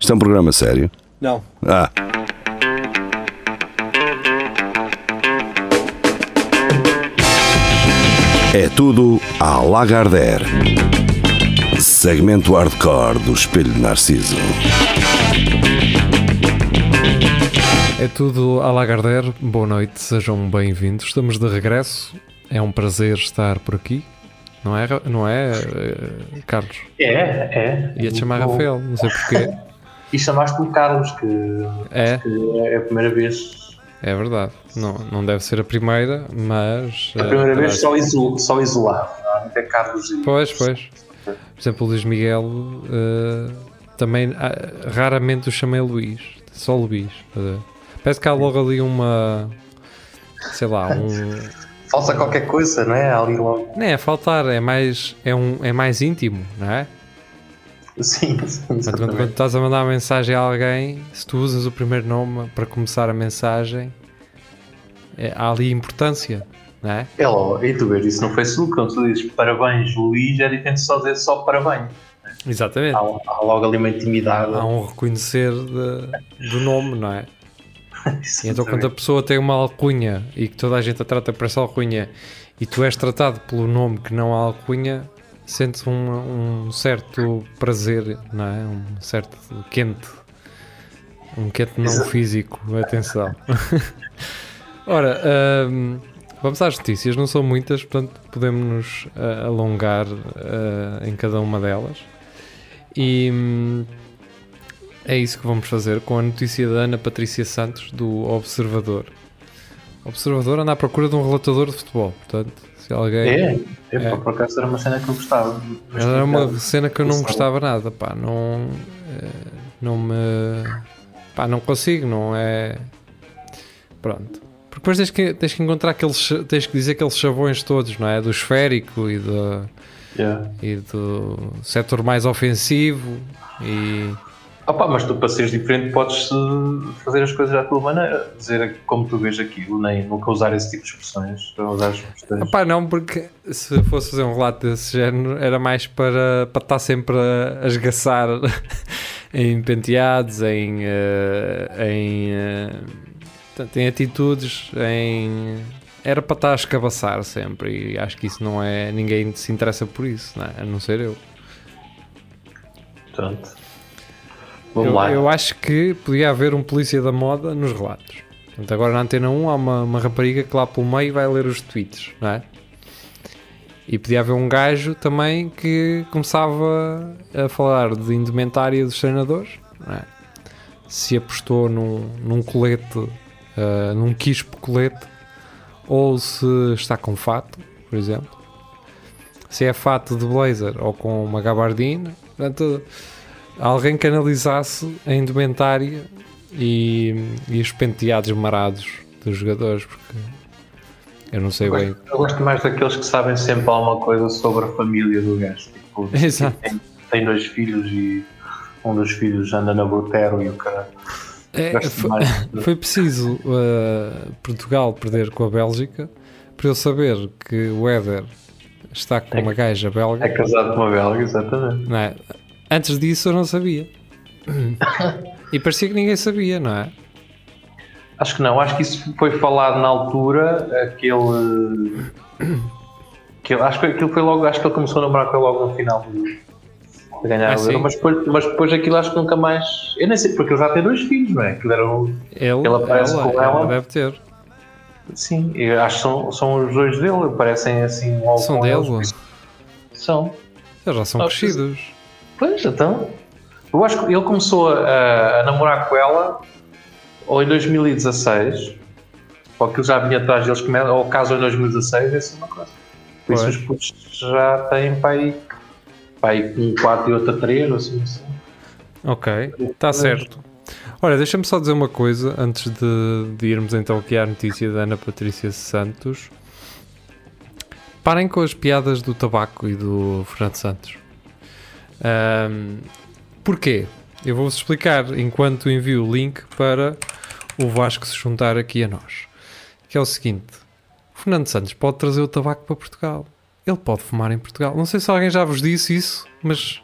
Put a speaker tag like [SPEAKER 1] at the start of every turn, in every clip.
[SPEAKER 1] Isto é um programa sério.
[SPEAKER 2] Não.
[SPEAKER 1] Ah, é tudo à Lagardère. Segmento hardcore do Espelho de Narciso.
[SPEAKER 3] É tudo à Lagardère. Boa noite, sejam bem-vindos. Estamos de regresso. É um prazer estar por aqui. Não é, Ra- não é eh, Carlos?
[SPEAKER 4] É, é.
[SPEAKER 3] Ia-te chamar
[SPEAKER 4] Muito
[SPEAKER 3] Rafael, não sei porquê.
[SPEAKER 4] bom. E chamaste-me Carlos, que,
[SPEAKER 3] É,
[SPEAKER 4] que é a primeira vez.
[SPEAKER 3] é verdade. Não, não deve ser a primeira, mas.
[SPEAKER 4] A
[SPEAKER 3] eh,
[SPEAKER 4] primeira vez
[SPEAKER 3] terás-
[SPEAKER 4] só, iso, só isolado. Normalmente é Carlos e.
[SPEAKER 3] Pois, pois. Por exemplo, o Luís Miguel eh, também ah, raramente o chamei Luís, só Luís. estás a ver? Parece que há logo ali uma. Sei lá, um,
[SPEAKER 4] Falta qualquer coisa, não é? Há Ali logo.
[SPEAKER 3] Não é faltar, é mais, é um, é mais íntimo, não é?
[SPEAKER 4] Sim,
[SPEAKER 3] Portanto, quando,
[SPEAKER 4] sim.
[SPEAKER 3] quando
[SPEAKER 4] assim, exatamente.
[SPEAKER 3] estás a mandar uma mensagem a alguém, se tu usas o primeiro nome para começar a mensagem, é- há ali importância, não é?
[SPEAKER 4] É logo. E tu vês isso no Facebook, quando tu dizes parabéns, Luís, é diferente de só dizer só parabéns.
[SPEAKER 3] Exatamente.
[SPEAKER 4] Há, há logo ali uma intimidade.
[SPEAKER 3] Há um reconhecer de- do nome, não é? E então, quando a
[SPEAKER 4] Exatamente.
[SPEAKER 3] pessoa tem uma alcunha e que toda a gente a trata por essa alcunha e tu és tratado pelo nome que não há alcunha, sentes um, um certo prazer, não é? Um certo quente. Um quente não
[SPEAKER 4] Exato.
[SPEAKER 3] físico, atenção. Ora, hum, vamos às notícias, não são muitas, portanto podemos nos ah, alongar ah, em cada uma delas. E hum, é isso que vamos fazer com a notícia da Ana Patrícia Santos, do Observador. O Observador anda à procura de um relatador de futebol, portanto, se alguém.
[SPEAKER 4] É, é,
[SPEAKER 3] É.
[SPEAKER 4] pá, por acaso era uma cena que eu gostava. mas um
[SPEAKER 3] Era uma
[SPEAKER 4] complicado.
[SPEAKER 3] cena que eu não
[SPEAKER 4] Gostava.
[SPEAKER 3] gostava nada, pá, não, eh, não me, pá, não consigo, não é, pronto. Porque depois tens que, tens que encontrar aqueles, cha- tens que dizer aqueles chavões todos, não é? Do esférico e do,
[SPEAKER 4] Yeah.
[SPEAKER 3] e do setor mais ofensivo e...
[SPEAKER 4] Opa, mas tu para seres diferente podes eh, fazer as coisas à tua maneira, dizer como tu vês aquilo, nem nunca usar esse tipo de expressões, para usar as expressões.
[SPEAKER 3] Pá, não, porque se fosse fazer um relato desse género era mais para, para estar sempre a, a esgaçar em penteados, em, eh, em, eh, portanto, em atitudes, em. Era para estar a escabaçar sempre e acho que isso não é. ninguém se interessa por isso, não é? a não ser eu.
[SPEAKER 4] Portanto, vamos
[SPEAKER 3] Eu,
[SPEAKER 4] lá.
[SPEAKER 3] eu acho que podia haver um polícia da moda nos relatos. Portanto, agora na Antena 1 há uma, uma rapariga que lá pelo meio vai ler os tweets, não é? E podia haver um gajo também que começava a falar de indumentária dos treinadores, não é? Se apostou num, num colete, ah, num quispo colete, ou se está com fato, por exemplo. Se é fato de blazer ou com uma gabardina. Portanto, alguém que analisasse a indumentária e, e os penteados marados dos jogadores, porque eu não sei
[SPEAKER 4] Eu
[SPEAKER 3] bem.
[SPEAKER 4] gosto, eu gosto mais daqueles que sabem sempre alguma coisa sobre a família do gajo. Tipo,
[SPEAKER 3] Exato.
[SPEAKER 4] Tem, tem dois filhos e um dos filhos anda na Botero e o cara.
[SPEAKER 3] É,
[SPEAKER 4] Gosto
[SPEAKER 3] foi,
[SPEAKER 4] mais de-
[SPEAKER 3] foi preciso uh, Portugal perder com a Bélgica para eu saber que o Éder está com
[SPEAKER 4] É
[SPEAKER 3] uma gaja belga.
[SPEAKER 4] É casado com uma belga, exatamente.
[SPEAKER 3] não é? Antes disso eu não sabia. e parecia que ninguém sabia, não é?
[SPEAKER 4] Acho que não, acho que isso foi falado na altura, aquele. aquele acho que aquilo foi logo, acho que ele começou a namorar com ela logo no final do- de ganhar
[SPEAKER 3] Ah,
[SPEAKER 4] o
[SPEAKER 3] sim?
[SPEAKER 4] Euro, mas depois, mas depois aquilo acho que nunca mais. Eu nem sei, porque ele já tem dois filhos, não é? Aquilo era um-
[SPEAKER 3] Ele,
[SPEAKER 4] Ele aparece
[SPEAKER 3] ela,
[SPEAKER 4] com
[SPEAKER 3] ela
[SPEAKER 4] ela.
[SPEAKER 3] deve ter.
[SPEAKER 4] Sim, eu acho que são, são os dois dele, parecem assim logo.
[SPEAKER 3] São
[SPEAKER 4] com
[SPEAKER 3] dele.
[SPEAKER 4] eles. São.
[SPEAKER 3] Eles já são
[SPEAKER 4] Ah, pois-
[SPEAKER 3] crescidos.
[SPEAKER 4] Pois, então. Eu acho que ele começou a, a namorar com ela ou em 2016, ou aquilo já vinha atrás deles, come- ou caso em 2016, essa é uma coisa. Por isso
[SPEAKER 3] Pois.
[SPEAKER 4] os putos já têm pai, pai um 4 e outro 3, ou assim, assim.
[SPEAKER 3] Ok, está certo. Olha, deixa-me só dizer uma coisa antes de, de irmos então aqui à notícia da Ana Patrícia Santos. Parem com as piadas do tabaco e do Fernando Santos. Ahm, porquê? Eu vou-vos explicar enquanto envio o link para o Vasco se juntar aqui a nós. Que é o seguinte: o Fernando Santos pode trazer o tabaco para Portugal. Ele pode fumar em Portugal. Não sei se alguém já vos disse isso, mas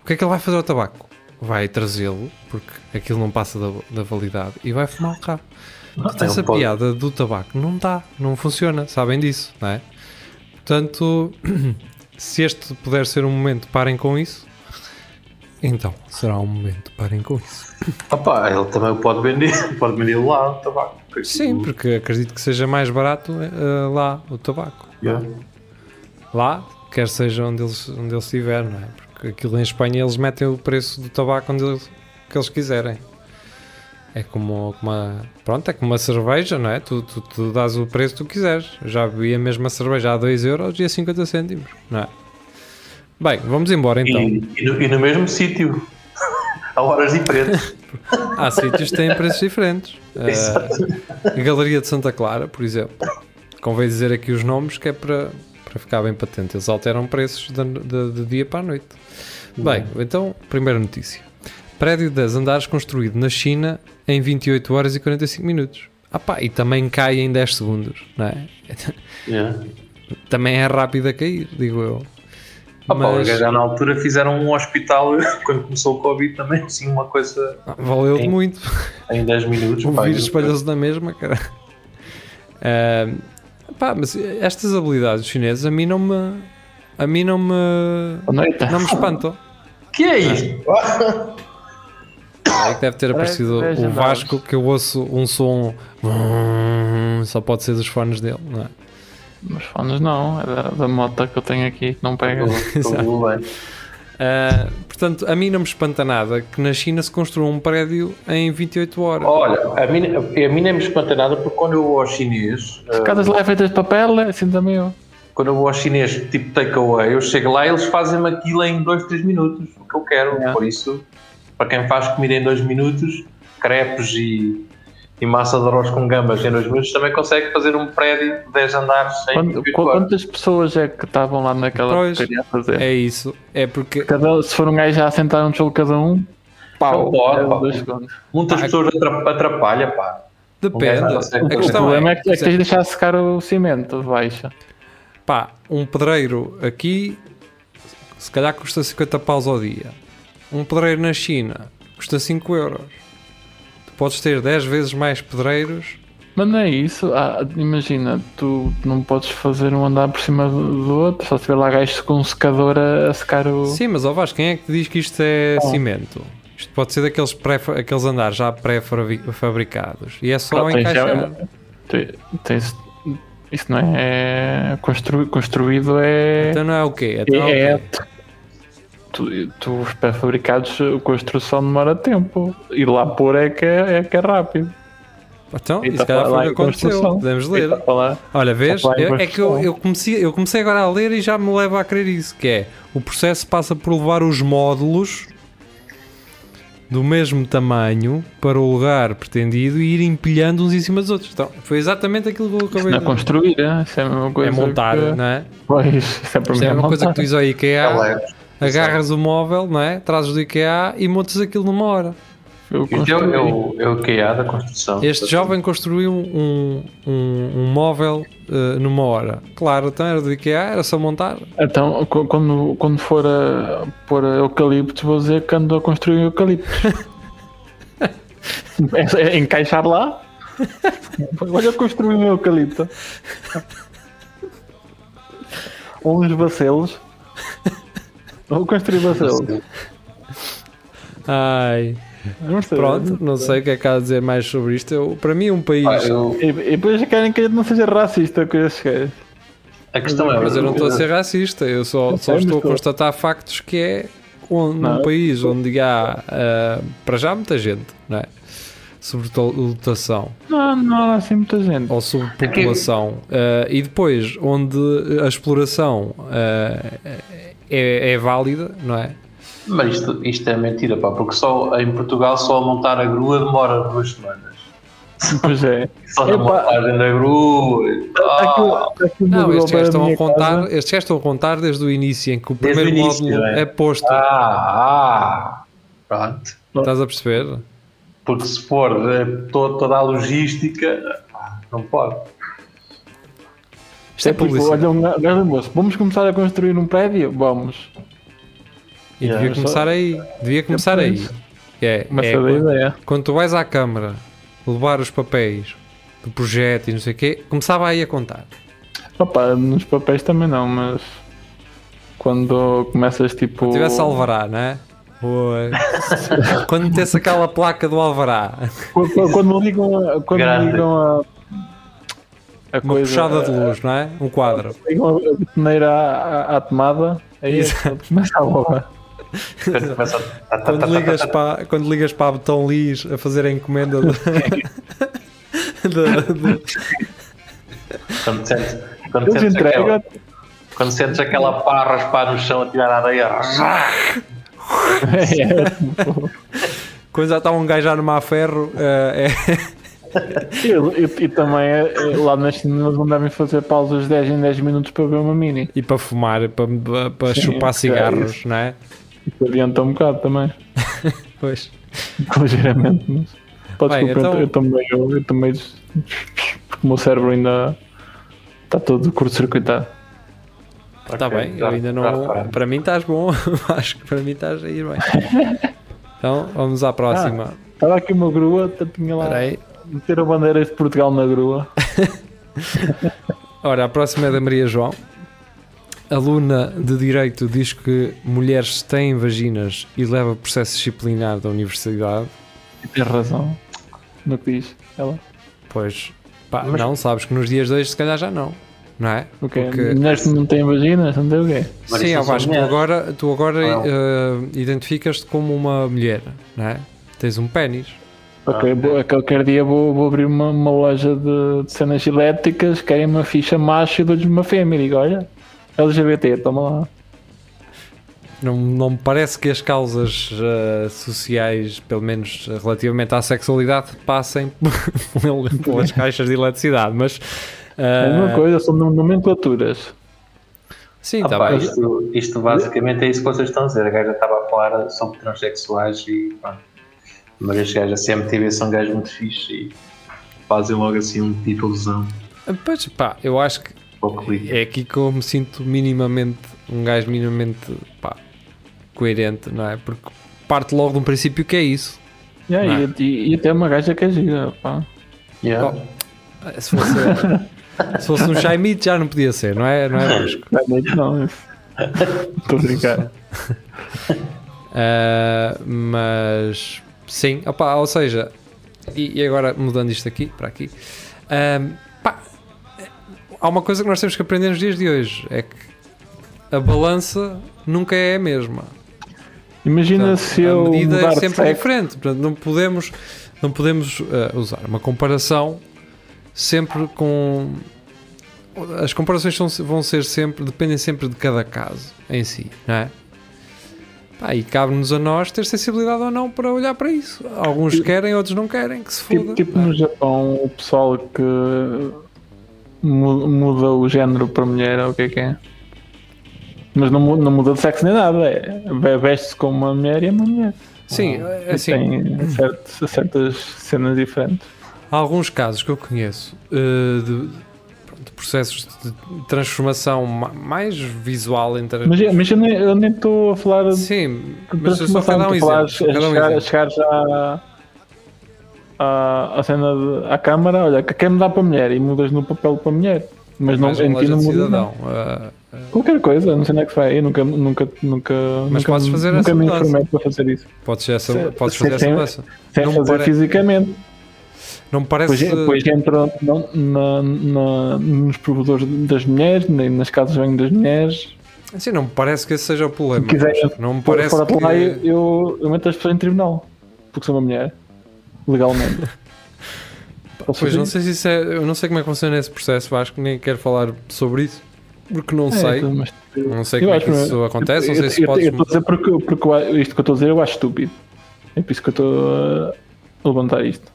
[SPEAKER 3] o que é que ele vai fazer ao tabaco? vai trazê-lo, porque aquilo não passa da, da validade, e vai fumar o carro.
[SPEAKER 4] Não,
[SPEAKER 3] Portanto, essa
[SPEAKER 4] ele pode-
[SPEAKER 3] piada do tabaco não dá, não funciona, sabem disso, não é? Portanto, se este puder ser um momento, parem com isso. Então, será um momento, parem com isso.
[SPEAKER 4] Opa, ele também o pode vender, pode vender tá lá o tabaco. porque
[SPEAKER 3] Sim,
[SPEAKER 4] aquilo-
[SPEAKER 3] porque acredito que seja mais barato eh, lá o tabaco.
[SPEAKER 4] Yeah.
[SPEAKER 3] é. Lá, quer seja onde eles, onde eles estiver, não é? Porque aquilo em Espanha eles metem o preço do tabaco onde eles, que eles quiserem. É como, como uma. Pronto, é como uma cerveja, não é? Tu, tu, tu dás o preço que tu quiseres. Eu já vi a mesma cerveja a 2 euros e a 50 cêntimos, não é? Bem, vamos embora
[SPEAKER 4] E,
[SPEAKER 3] então.
[SPEAKER 4] e no, e no mesmo sítio, a horas diferentes.
[SPEAKER 3] Há sítios que têm preços diferentes. Ah, a Galeria de Santa Clara, por exemplo. Convém dizer aqui os nomes que é para, para ficar bem patente. Eles alteram preços de, de- de dia para a noite. Bem,
[SPEAKER 4] Hum.
[SPEAKER 3] então, primeira notícia. Prédio de 10 andares construído na China em 28 horas e 45 minutos. Ah pá, e também cai em 10 segundos, não é?
[SPEAKER 4] Yeah.
[SPEAKER 3] Também é rápido a cair, digo eu.
[SPEAKER 4] Opa,
[SPEAKER 3] Mas-
[SPEAKER 4] Ah, os gajos já na altura fizeram um hospital quando começou o Covid também, assim, uma coisa
[SPEAKER 3] Valeu-te
[SPEAKER 4] Sim.
[SPEAKER 3] muito.
[SPEAKER 4] em 10 minutos.
[SPEAKER 2] Um
[SPEAKER 3] O
[SPEAKER 4] pá,
[SPEAKER 3] vírus
[SPEAKER 4] e-
[SPEAKER 3] espalhou-se na mesma, cara. Ahm, pá, mas estas habilidades chinesas a mim não me. A mim não me.
[SPEAKER 2] noite.
[SPEAKER 3] Não me espantam.
[SPEAKER 4] Que é isto?
[SPEAKER 3] É que deve ter aparecido
[SPEAKER 2] Parece
[SPEAKER 3] o
[SPEAKER 2] legendários.
[SPEAKER 3] Vasco que eu ouço um som. Só pode ser dos fones dele, não é?
[SPEAKER 2] Mas fones não, é da, da moto que eu tenho aqui que não pega.
[SPEAKER 4] Estou tudo bem.
[SPEAKER 3] Ah, portanto, a mim não me espanta nada que na China se construa um prédio em 28 horas.
[SPEAKER 4] Olha, a mim, a mim nem me espanta nada porque quando eu vou ao chinês, eh,
[SPEAKER 2] Casas lá é feitas de papel, assim também eu.
[SPEAKER 4] quando eu vou ao chinês tipo takeaway, eu chego lá e eles fazem-me aquilo em 2, 3 minutos, o que eu quero.
[SPEAKER 2] Yeah.
[SPEAKER 4] Por isso, para quem faz comida em 2 minutos, crepes e, e massa de arroz com gambas em 2 minutos, também consegue fazer um prédio de 10 andares em
[SPEAKER 2] Quant-
[SPEAKER 4] 24 horas.
[SPEAKER 2] quantas pessoas é que estavam lá naquela
[SPEAKER 3] Pois.
[SPEAKER 2] porcaria a fazer?
[SPEAKER 3] É isso. É porque
[SPEAKER 2] Cada, se for um gajo já a sentar um tijolo cada um, pau,
[SPEAKER 4] Não pode,
[SPEAKER 2] é
[SPEAKER 4] pá.
[SPEAKER 2] dois segundos.
[SPEAKER 4] Muitas
[SPEAKER 3] Pá,
[SPEAKER 4] pessoas atra- atrapalha, pá.
[SPEAKER 3] depende.
[SPEAKER 4] gajo
[SPEAKER 3] A
[SPEAKER 4] consegue-
[SPEAKER 2] O
[SPEAKER 3] questão
[SPEAKER 2] problema é, que, é que
[SPEAKER 3] é,
[SPEAKER 2] tens de deixar secar o cimento de baixo.
[SPEAKER 3] pá, um pedreiro aqui se calhar custa 50 paus ao dia. Um pedreiro na China custa 5 euros. Tu podes ter 10 vezes mais pedreiros.
[SPEAKER 2] Mas não é isso. Ah, imagina, tu não podes fazer um andar por cima do, do outro, só se tiver lá gajos com um secador a, a secar o.
[SPEAKER 3] Sim, mas ó Vasco, quem é que te diz que isto é
[SPEAKER 2] Bom.
[SPEAKER 3] cimento? Isto pode ser daqueles pré, aqueles andares já pré-fabricados. E é só
[SPEAKER 2] Pronto, tens-
[SPEAKER 3] encaixar.
[SPEAKER 2] é- tens- isso não é. é constru- construído é.
[SPEAKER 3] Então não é o quê?
[SPEAKER 2] é,
[SPEAKER 3] Então
[SPEAKER 2] é-
[SPEAKER 3] é o quê?
[SPEAKER 2] tu, tu- os pré-fabricados, a construção demora tempo. E lá pôr é que é, é que é rápido.
[SPEAKER 3] Então,
[SPEAKER 2] E
[SPEAKER 3] isso
[SPEAKER 2] tá
[SPEAKER 3] se calhar foi
[SPEAKER 2] lá
[SPEAKER 3] o que
[SPEAKER 2] em
[SPEAKER 3] aconteceu.
[SPEAKER 2] construção.
[SPEAKER 3] Podemos
[SPEAKER 2] E
[SPEAKER 3] ler.
[SPEAKER 2] tá pra lá-
[SPEAKER 3] Olha, vês?
[SPEAKER 2] Tá lá em
[SPEAKER 3] É, é que eu,
[SPEAKER 2] construção.
[SPEAKER 3] eu comecei, eu comecei agora a ler e já me leva a crer isso, que é o processo passa por levar os módulos do mesmo tamanho para o lugar pretendido e ir empilhando uns em cima dos outros. Então, foi exatamente aquilo que eu
[SPEAKER 2] Isso
[SPEAKER 3] acabei
[SPEAKER 2] não é
[SPEAKER 3] de dizer.
[SPEAKER 2] construir, é? isso é a mesma
[SPEAKER 3] É
[SPEAKER 2] coisa.
[SPEAKER 3] montar,
[SPEAKER 2] que-
[SPEAKER 3] não é?
[SPEAKER 2] Pois, isso é para
[SPEAKER 3] Isto
[SPEAKER 2] mim.
[SPEAKER 3] é
[SPEAKER 2] É
[SPEAKER 3] a mesma coisa que tu
[SPEAKER 2] montar.
[SPEAKER 3] dizes ao IKEA,
[SPEAKER 4] Ela é-
[SPEAKER 3] agarras o móvel, não é? Trazes do IKEA e montas aquilo numa hora.
[SPEAKER 2] Eu
[SPEAKER 4] Isto é,
[SPEAKER 2] construí.
[SPEAKER 4] o- é o, é o que há da construção.
[SPEAKER 3] Este jovem construiu um, um, um móvel eh, numa hora. Claro, então era do IKEA, era só montar.
[SPEAKER 2] Então, qu- quando, quando for a pôr eucalipto, vou dizer que ando a construir um eucalipto. é, é encaixar lá. Olha, eu construí um eucalipto. Ou uns bacelos. Ou construir bacelos.
[SPEAKER 3] Ai.
[SPEAKER 2] Não sei.
[SPEAKER 3] Pronto, não sei o que é que há a dizer mais sobre isto. Eu, para mim, um país.
[SPEAKER 4] Pá, eu-
[SPEAKER 2] E, e depois querem que eu não seja racista com esses gajos.
[SPEAKER 4] a questão é.
[SPEAKER 3] mas eu não estou a ser racista, eu só, só
[SPEAKER 2] Eu sei, mas
[SPEAKER 3] estou a
[SPEAKER 2] tu-
[SPEAKER 3] constatar factos que é onde, num
[SPEAKER 2] Não.
[SPEAKER 3] país onde há ah, para já muita gente, não é? Sobrelotação
[SPEAKER 2] Não, não há assim muita gente.
[SPEAKER 3] ou subpopulação ah, e depois onde a exploração ah, é, é válida, não é?
[SPEAKER 4] Mas isto, isto é mentira, pá, porque só em Portugal só a montar a grua demora duas semanas.
[SPEAKER 2] Pois é.
[SPEAKER 4] Só na
[SPEAKER 2] Epá.
[SPEAKER 4] montagem da grua. e tal.
[SPEAKER 2] Aquilo- aquilo do
[SPEAKER 3] Ah. Não,
[SPEAKER 2] Google
[SPEAKER 3] estes
[SPEAKER 2] para
[SPEAKER 3] gajos
[SPEAKER 2] a
[SPEAKER 3] estão a
[SPEAKER 2] minha casa-
[SPEAKER 3] contar, estes gajos estão a contar desde o início em que o
[SPEAKER 4] Desde o
[SPEAKER 3] primeiro
[SPEAKER 4] início,
[SPEAKER 3] módulo
[SPEAKER 4] é.
[SPEAKER 3] é posto.
[SPEAKER 4] Ah, ah, pronto.
[SPEAKER 3] Estás a perceber? é
[SPEAKER 4] Porque se for eh, to- toda a logística, pá, não pode.
[SPEAKER 3] Isto é
[SPEAKER 2] tipo,
[SPEAKER 3] publicidade.
[SPEAKER 2] olha um gajo de moço, vamos começar a construir um prédio? Vamos.
[SPEAKER 3] E
[SPEAKER 2] Yeah,
[SPEAKER 3] devia
[SPEAKER 2] eu só-
[SPEAKER 3] começar aí. Devia começar
[SPEAKER 2] por
[SPEAKER 3] aí.
[SPEAKER 2] isso.
[SPEAKER 3] É,
[SPEAKER 2] Mas
[SPEAKER 3] é
[SPEAKER 2] é, a
[SPEAKER 3] quando-
[SPEAKER 2] ideia.
[SPEAKER 3] quando tu vais à câmara levar os papéis do projeto e não sei o quê, começava aí a contar.
[SPEAKER 2] Opa, nos papéis também não, mas quando começas tipo.
[SPEAKER 3] Se tivesse alvará, não é? Oi. quando metesse aquela placa do alvará,
[SPEAKER 2] Quando, quando- quando me ligam a. Quando
[SPEAKER 4] Grande.
[SPEAKER 2] me ligam a. A
[SPEAKER 3] uma
[SPEAKER 2] coisa,
[SPEAKER 3] puxada de luz, não é? Um quadro.
[SPEAKER 2] ligam a betoneira à, à- à tomada, aí é quando começa a obra.
[SPEAKER 4] Quando começa a- tá, tá, tá,
[SPEAKER 3] Quando
[SPEAKER 4] tá,
[SPEAKER 3] ligas
[SPEAKER 4] tá, tá.
[SPEAKER 3] para, quando ligas para a Betão Lis a fazer a encomenda de- de- de-
[SPEAKER 4] Quando sentes, quando
[SPEAKER 2] Eles
[SPEAKER 4] sentes aquela,
[SPEAKER 2] entregam.
[SPEAKER 4] quando sentes aquela pá raspar no chão a tirar a areia.
[SPEAKER 2] É,
[SPEAKER 3] quando já está um gajo a armar a ferro, eh, é-
[SPEAKER 2] E, e- e também eh, lá nas cinemas não devem fazer pausas 10 em 10 minutos para ver uma mini.
[SPEAKER 3] e para fumar, para, para
[SPEAKER 2] Sim,
[SPEAKER 3] chupar
[SPEAKER 2] é
[SPEAKER 3] cigarros, não é?
[SPEAKER 2] Isso adianta um bocado também,
[SPEAKER 3] Pois.
[SPEAKER 2] ligeiramente. Mas... Pá,
[SPEAKER 3] Bem,
[SPEAKER 2] desculpa,
[SPEAKER 3] então-
[SPEAKER 2] eu também. Eu, eu também. Porque o meu cérebro ainda está todo curto-circuitado.
[SPEAKER 3] Está
[SPEAKER 4] Ok,
[SPEAKER 3] Tá bem,
[SPEAKER 4] já-
[SPEAKER 3] eu ainda
[SPEAKER 4] já
[SPEAKER 3] não.
[SPEAKER 4] reparei.
[SPEAKER 3] Para mim estás bom, acho que para mim estás a ir bem. Então vamos à próxima.
[SPEAKER 4] Ah.
[SPEAKER 2] Estava aqui uma grua, até tinha lá.
[SPEAKER 3] Espera aí.
[SPEAKER 2] Meter a bandeira de Portugal na grua.
[SPEAKER 3] Ora, a próxima é da Maria João. Aluna de Direito diz que mulheres têm vaginas e leva processo disciplinar da universidade.
[SPEAKER 2] E tens razão no que diz ela.
[SPEAKER 3] Pois, pá, não, sabes que nos dias de hoje se calhar já não, não é?
[SPEAKER 2] O quê?
[SPEAKER 3] Porque-
[SPEAKER 2] Mulheres que não têm vaginas, não tem o quê?
[SPEAKER 4] Mas Ah.
[SPEAKER 3] Sim,
[SPEAKER 4] isso
[SPEAKER 3] eu
[SPEAKER 4] são
[SPEAKER 3] acho que tu
[SPEAKER 4] mulheres.
[SPEAKER 3] agora, tu agora
[SPEAKER 4] Não.
[SPEAKER 3] eh, identificas-te como uma mulher, não é? Tens um pênis.
[SPEAKER 2] Ok, vou- a qualquer dia vou, vou abrir uma, uma loja de, de cenas elétricas, querem uma ficha macho e dou-lhes uma fêmea. Digo, olha, LGBT, toma lá.
[SPEAKER 3] Não, não me parece que as causas eh, sociais, pelo menos eh, relativamente à sexualidade, passem pel- pelas caixas de eletricidade, mas.
[SPEAKER 2] É
[SPEAKER 3] eh,
[SPEAKER 2] a mesma coisa, são nom- nomenclaturas.
[SPEAKER 3] Sim,
[SPEAKER 4] Ah,
[SPEAKER 3] tá
[SPEAKER 4] pá,
[SPEAKER 3] bem.
[SPEAKER 4] isto, isto basicamente é isso que vocês estão a dizer. A gaja estava a falar sobre transexuais e pronto. Mas as gajas a CMTV são gajos muito fixe e fazem logo assim um títulozão.
[SPEAKER 3] Eh, Pois pá, eu acho que
[SPEAKER 4] Pouco lido.
[SPEAKER 3] é aqui que eu me sinto minimamente um gajo minimamente pá, coerente, não é? Porque parte logo de um princípio que é isso.
[SPEAKER 2] Yeah,
[SPEAKER 3] Né?
[SPEAKER 2] e, e, e até uma gaja que é gira, pá.
[SPEAKER 4] Yeah.
[SPEAKER 3] Ah, Se fosse, se fosse um Chaimite já não podia ser, não é? Não é Vasco?
[SPEAKER 2] Não é muito não, isso. Estou a brincar.
[SPEAKER 3] Ah, mas sim, opá, ou seja, e, e agora mudando isto aqui para aqui, ahm, pá, há uma coisa que nós temos que aprender nos dias de hoje: é que a balança nunca é a mesma.
[SPEAKER 2] Imagina
[SPEAKER 3] Portanto,
[SPEAKER 2] se
[SPEAKER 3] a
[SPEAKER 2] eu
[SPEAKER 3] medida é
[SPEAKER 2] mudar de
[SPEAKER 3] sempre
[SPEAKER 2] sexo.
[SPEAKER 3] diferente. Portanto, não podemos, não podemos eh, usar uma comparação sempre com. As comparações são- vão ser sempre, dependem sempre de cada caso em si, não é? Pá, e cabe-nos a nós ter sensibilidade ou não para olhar para isso. Alguns querem, outros não querem, que se
[SPEAKER 2] Tipo,
[SPEAKER 3] foda.
[SPEAKER 2] tipo
[SPEAKER 3] não é?
[SPEAKER 2] no Japão, o pessoal que mu- muda o género para mulher, ou o que é que é? Mas não, mu- não muda de sexo nem nada, é, ve- veste-se como uma mulher e é uma mulher.
[SPEAKER 3] Sim, é assim.
[SPEAKER 2] ah, Tem certos- certas cenas diferentes.
[SPEAKER 3] Há alguns casos que eu conheço eh, de, pronto, de processos de transformação ma- mais visual entre
[SPEAKER 2] Mas, eu- mas eu nem eu nem estou a falar de
[SPEAKER 3] Sim, mas eu só quero dar
[SPEAKER 2] transformação,
[SPEAKER 3] um
[SPEAKER 2] estou tipo, a
[SPEAKER 3] exemplo. só
[SPEAKER 2] falar
[SPEAKER 3] quero dar um
[SPEAKER 2] a chegar, a
[SPEAKER 3] exemplo.
[SPEAKER 2] chegar já à- à, à cena, de, à câmara, olha, que quer mudar para mulher e mudas no papel para mulher. Mas não,
[SPEAKER 3] Mas um
[SPEAKER 2] em ti
[SPEAKER 3] loja
[SPEAKER 2] não
[SPEAKER 3] de
[SPEAKER 2] muda. nada.
[SPEAKER 3] cidadão. ah,
[SPEAKER 2] Qualquer coisa, não sei onde é que se vai. Eu nunca, nunca, nunca,
[SPEAKER 3] Mas
[SPEAKER 2] nunca,
[SPEAKER 3] podes fazer
[SPEAKER 2] nunca
[SPEAKER 3] essa
[SPEAKER 2] me
[SPEAKER 3] mudança.
[SPEAKER 2] informei para fazer isso.
[SPEAKER 3] podes ser essa,
[SPEAKER 2] Se-
[SPEAKER 3] podes
[SPEAKER 2] se
[SPEAKER 3] fazer essa
[SPEAKER 2] tem-
[SPEAKER 3] mudança.
[SPEAKER 2] Sem
[SPEAKER 3] Não me
[SPEAKER 2] fazer
[SPEAKER 3] pare-
[SPEAKER 2] fisicamente.
[SPEAKER 3] Não me parece.
[SPEAKER 2] Depois, depois entram não, na, na- nos provedores das mulheres, nem nas casas de banho das mulheres.
[SPEAKER 3] Assim, não me parece que esse seja o problema.
[SPEAKER 2] Se quiser-
[SPEAKER 3] Vasco. não me
[SPEAKER 2] Por
[SPEAKER 3] parece
[SPEAKER 2] fora de
[SPEAKER 3] que.
[SPEAKER 2] lá, eu, eu, eu meto as pessoas em tribunal. Porque sou uma mulher. Legalmente.
[SPEAKER 3] Pois
[SPEAKER 2] Posso fazer
[SPEAKER 3] não
[SPEAKER 2] isso?
[SPEAKER 3] sei se isso é. Eu não sei como é que funciona esse processo, acho que nem quero falar sobre isso. Porque não
[SPEAKER 2] É,
[SPEAKER 3] sei.
[SPEAKER 2] então, mas-
[SPEAKER 3] Não sei como é que
[SPEAKER 2] acho-
[SPEAKER 3] isso acontece. Não
[SPEAKER 2] eu-
[SPEAKER 3] sei se
[SPEAKER 2] eu- Eu
[SPEAKER 3] podes.
[SPEAKER 2] estou a dizer porque, porque eu a- isto que eu estou a dizer eu acho estúpido. É por isso que eu estou a levantar isto.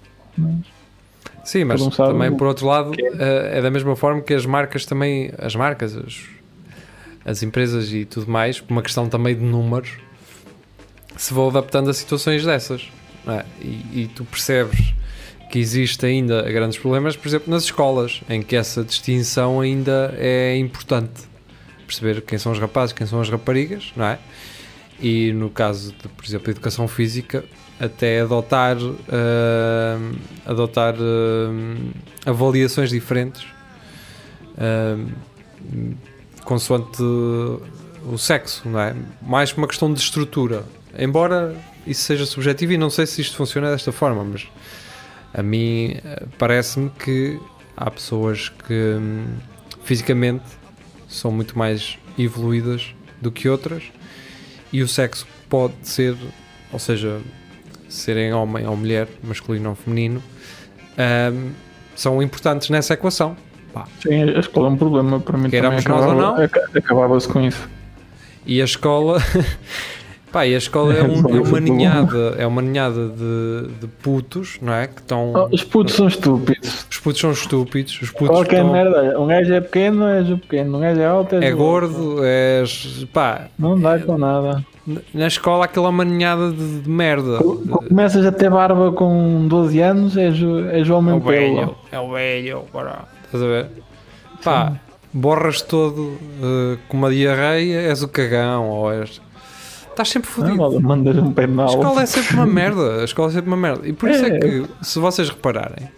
[SPEAKER 3] Sim, mas
[SPEAKER 2] não um sabe
[SPEAKER 3] também
[SPEAKER 2] o
[SPEAKER 3] por outro lado eh, é da mesma forma que as marcas também, as marcas, as, as empresas e tudo mais, por uma questão também de números, se vão adaptando a situações dessas. não é? E, e tu percebes que existe ainda grandes problemas, por exemplo, nas escolas, em que essa distinção ainda é importante. Perceber quem são os rapazes, quem são as raparigas, não é? E no caso de, por exemplo, educação física, até adotar, ah, adotar ah, avaliações diferentes ah, consoante o sexo, não é? Mais uma questão de estrutura. Embora isso seja subjetivo e não sei se isto funciona desta forma, mas a mim eh, parece-me que há pessoas que hum, fisicamente são muito mais evoluídas do que outras e o sexo pode ser, ou seja, serem homem ou mulher, masculino ou feminino, hum, são importantes nessa equação.
[SPEAKER 2] Sim, a escola é um problema para mim
[SPEAKER 3] Queiramos
[SPEAKER 2] também.
[SPEAKER 3] nós ou
[SPEAKER 2] acabava-
[SPEAKER 3] não.
[SPEAKER 2] aca- Acabava-se com isso.
[SPEAKER 3] E a escola. Pá, e a escola é, um- é uma ninhada, é uma ninhada de, de putos, não é? Que estão.
[SPEAKER 2] Oh, os putos são estúpidos.
[SPEAKER 3] Os putos são estúpidos, os putos
[SPEAKER 2] Qualquer
[SPEAKER 3] estão-
[SPEAKER 2] merda. olha, Um gajo é pequeno, és o pequeno. Um gajo é alto, és
[SPEAKER 3] é
[SPEAKER 2] o alto.
[SPEAKER 3] gordo, és. pá,
[SPEAKER 2] Não dá com nada.
[SPEAKER 3] n- na escola aquela maninhada de, de merda.
[SPEAKER 2] Começas a ter barba com 12 anos, és, o- és o
[SPEAKER 3] É o
[SPEAKER 2] homem
[SPEAKER 3] velho,
[SPEAKER 2] pelo.
[SPEAKER 3] é o velho, bora. Estás a ver? Pá, borras todo eh, com uma diarreia, és o cagão, ou és. Estás sempre fodido.
[SPEAKER 2] Não, Mandas um pé
[SPEAKER 3] A
[SPEAKER 2] mal.
[SPEAKER 3] escola é sempre uma merda. A escola é sempre uma merda. E por isso é
[SPEAKER 2] É.
[SPEAKER 3] que, se vocês repararem,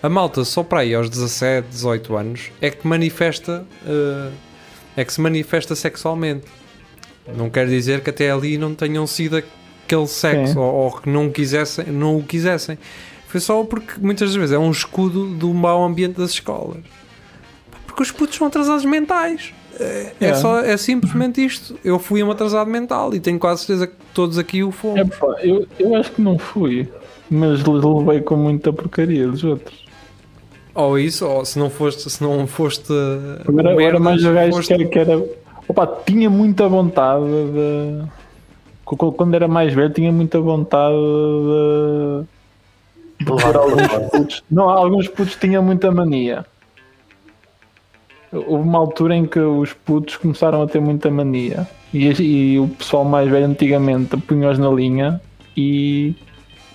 [SPEAKER 3] a malta só para aí aos 17, 18 anos é que manifesta. eh, é que se manifesta sexualmente. Não quer dizer que até ali não tenham sido aquele sexo
[SPEAKER 2] Sim.
[SPEAKER 3] ou, ou que não, quisessem, não o quisessem. Foi só porque muitas das vezes é um escudo do mau ambiente das escolas. Porque os putos são atrasados mentais. É, é
[SPEAKER 2] É.
[SPEAKER 3] só, é simplesmente isto. Eu fui um atrasado mental e tenho quase certeza que todos aqui o fomos.
[SPEAKER 2] É, pá, eu, eu acho que não fui, mas levei com muita porcaria dos outros.
[SPEAKER 3] Ou isso, ou se não foste, se não foste.
[SPEAKER 2] Eu Era, eu era mais o gajo que
[SPEAKER 3] foste-
[SPEAKER 2] era, que era. Opa, tinha muita vontade de. co- co- Quando era mais velho, tinha muita vontade de.
[SPEAKER 4] Levar para lá.
[SPEAKER 2] putos- Não, alguns putos tinham muita mania. Houve uma altura em que os putos começaram a ter muita mania. E, as- e o pessoal mais velho antigamente punha-os na linha e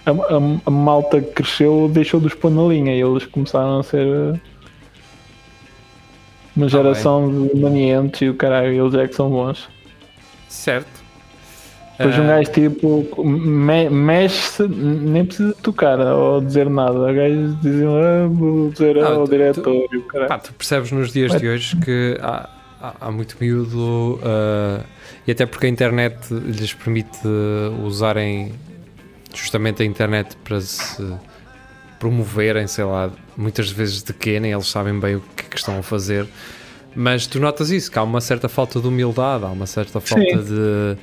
[SPEAKER 2] a, a- a malta que cresceu deixou de os pôr na linha e eles começaram a ser eh,
[SPEAKER 3] Tá
[SPEAKER 2] uma geração de manientes e o caralho, eles é que são bons.
[SPEAKER 3] Certo.
[SPEAKER 2] Depois
[SPEAKER 3] Ah,
[SPEAKER 2] um gajo tipo me- mexe-se, nem precisa tocar ou dizer nada. O gajo dizem, ah, vou dizer
[SPEAKER 3] Ah,
[SPEAKER 2] ao
[SPEAKER 3] tu-
[SPEAKER 2] diretor e o caralho.
[SPEAKER 3] Pá, tu percebes nos dias de hoje que há, há- há muito miúdo ah, e até porque a internet lhes permite ah, usarem justamente a internet para se promoverem, sei lá, muitas vezes de quê, nem eles sabem bem o que, é que estão a fazer. Mas tu notas isso, que há uma certa falta de humildade, há uma certa falta de,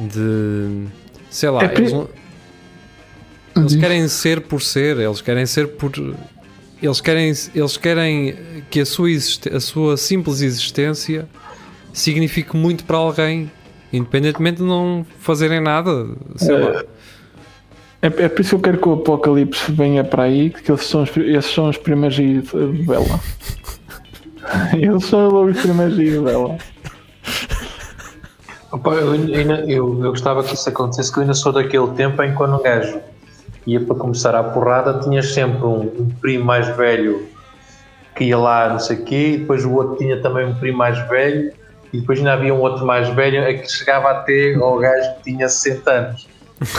[SPEAKER 3] de. sei lá,
[SPEAKER 2] É Ah, por-
[SPEAKER 3] eles, não- eles querem ser por ser, eles querem ser por. Eles querem, eles querem que a sua, existe- a sua simples existência signifique muito para alguém, independentemente de não fazerem nada. Sei
[SPEAKER 2] É,
[SPEAKER 3] lá.
[SPEAKER 2] É, é por isso que eu quero que o Apocalipse venha para aí, que eles são, os pri- esses são os primeiros aí de Bela. Eles são logo os primeiros aí de Bela.
[SPEAKER 4] Opa, Eu, ainda- eu- eu gostava que isso acontecesse, que eu ainda sou daquele tempo em que quando um gajo ia para começar a porrada, tinhas sempre um, um primo mais velho que ia lá, não sei o quê, e depois o outro tinha também um primo mais velho, e depois ainda havia um outro mais velho a que chegava até ao gajo que tinha 60 anos.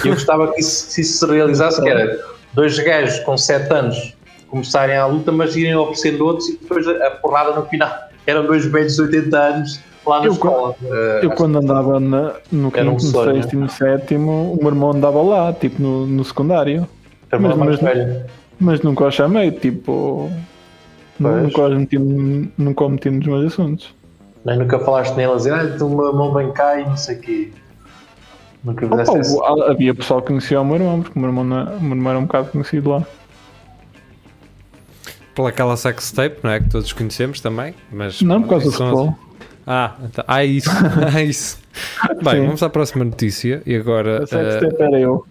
[SPEAKER 4] E eu gostava que isso, que isso se realizasse, que era dois gajos com 7 anos começarem a luta, mas irem oferecendo outros e depois a, a porrada no final. Eram dois velhos de 80 anos lá na
[SPEAKER 2] Eu
[SPEAKER 4] escola. Eh,
[SPEAKER 2] Eu quando andava na- no quinto,
[SPEAKER 4] Era um
[SPEAKER 2] no
[SPEAKER 4] sonho.
[SPEAKER 2] sexto e no sétimo, o meu irmão andava lá, tipo no, no secundário.
[SPEAKER 4] Também
[SPEAKER 2] Mas-
[SPEAKER 4] mais
[SPEAKER 2] mas-
[SPEAKER 4] velho.
[SPEAKER 2] Mas nunca o chamei, tipo.
[SPEAKER 4] Pois.
[SPEAKER 2] Nunca os meti, nunca o meti nos meus assuntos.
[SPEAKER 4] Nem nunca falaste nele a dizer, ah, tu uma mão bem cá e não sei o quê. Nunca
[SPEAKER 2] Opa,
[SPEAKER 4] fizeste essa.
[SPEAKER 2] o- havia pessoal que conhecia o meu irmão, porque o meu irmão, não- o meu irmão era um bocado conhecido lá.
[SPEAKER 3] Pela aquela sextape, não é? Que todos conhecemos também. Mas
[SPEAKER 2] Não, por causa do
[SPEAKER 3] são-
[SPEAKER 2] futebol.
[SPEAKER 3] Ah, tá. ah, isso. ah, isso. Bem,
[SPEAKER 2] Sim.
[SPEAKER 3] vamos à próxima notícia. E agora,
[SPEAKER 2] A sexta
[SPEAKER 3] eh,
[SPEAKER 2] era eu.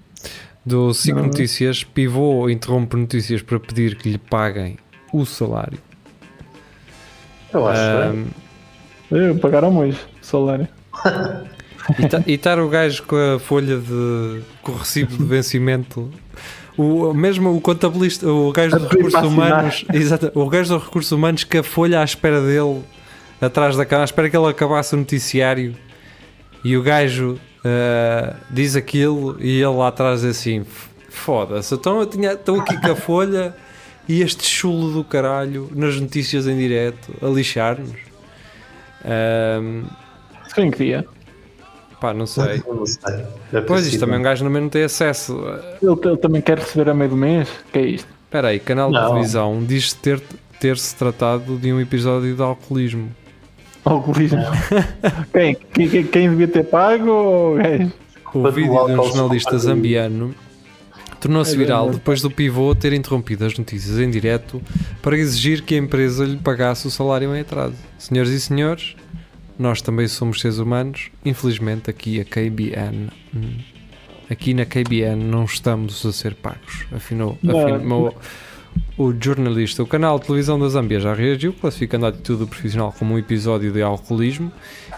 [SPEAKER 3] do Cico
[SPEAKER 2] Não, não.
[SPEAKER 3] Notícias, Pivô interrompe notícias para pedir que lhe paguem o salário.
[SPEAKER 4] Eu acho
[SPEAKER 3] Ah,
[SPEAKER 4] bem.
[SPEAKER 2] Eu pagaram hoje o salário.
[SPEAKER 3] e ta- e estar o gajo com a folha de. com o recibo de vencimento. O, mesmo o contabilista, o gajo
[SPEAKER 2] A
[SPEAKER 3] dos
[SPEAKER 2] pedir
[SPEAKER 3] recursos
[SPEAKER 2] para assinar.
[SPEAKER 3] humanos, exato, o gajo dos recursos humanos que a folha à espera dele, atrás da cama, à espera que ele acabasse o noticiário e o gajo eh, diz aquilo e ele lá atrás diz assim: "F- foda-se, então eu tinha, estou aqui com a folha e este chulo do caralho nas notícias em direto a lixar-nos. Ahm,
[SPEAKER 2] Foi em que dia?
[SPEAKER 3] pá, não sei.
[SPEAKER 4] Não sei. Deve
[SPEAKER 3] Pois
[SPEAKER 4] ter
[SPEAKER 3] isto
[SPEAKER 4] sido.
[SPEAKER 3] também um gajo também não tem acesso.
[SPEAKER 2] Ele, ele também quer receber a meio do mês? Que é isto?
[SPEAKER 3] Espera aí, canal de
[SPEAKER 4] Não.
[SPEAKER 3] televisão diz ter, ter-se tratado de um episódio de alcoolismo.
[SPEAKER 2] Alcoolismo. quem, quem, quem- quem devia ter pago ou o gajo?
[SPEAKER 3] O
[SPEAKER 4] Quando
[SPEAKER 3] vídeo
[SPEAKER 4] o
[SPEAKER 3] de um
[SPEAKER 4] álcool se
[SPEAKER 3] jornalista
[SPEAKER 4] compara-
[SPEAKER 3] zambiano tornou-se
[SPEAKER 2] É
[SPEAKER 3] viral
[SPEAKER 2] verdade.
[SPEAKER 3] depois do pivô ter interrompido as notícias em direto para exigir que a empresa lhe pagasse o salário em atraso. Senhoras e senhores, nós também somos seres humanos. Infelizmente, aqui a KBN, hum, aqui na KBN, não estamos a ser pagos. Afinou,
[SPEAKER 2] Não.
[SPEAKER 3] afirmou o jornalista. O canal de televisão da Zâmbia já reagiu, classificando a atitude do profissional como um episódio de alcoolismo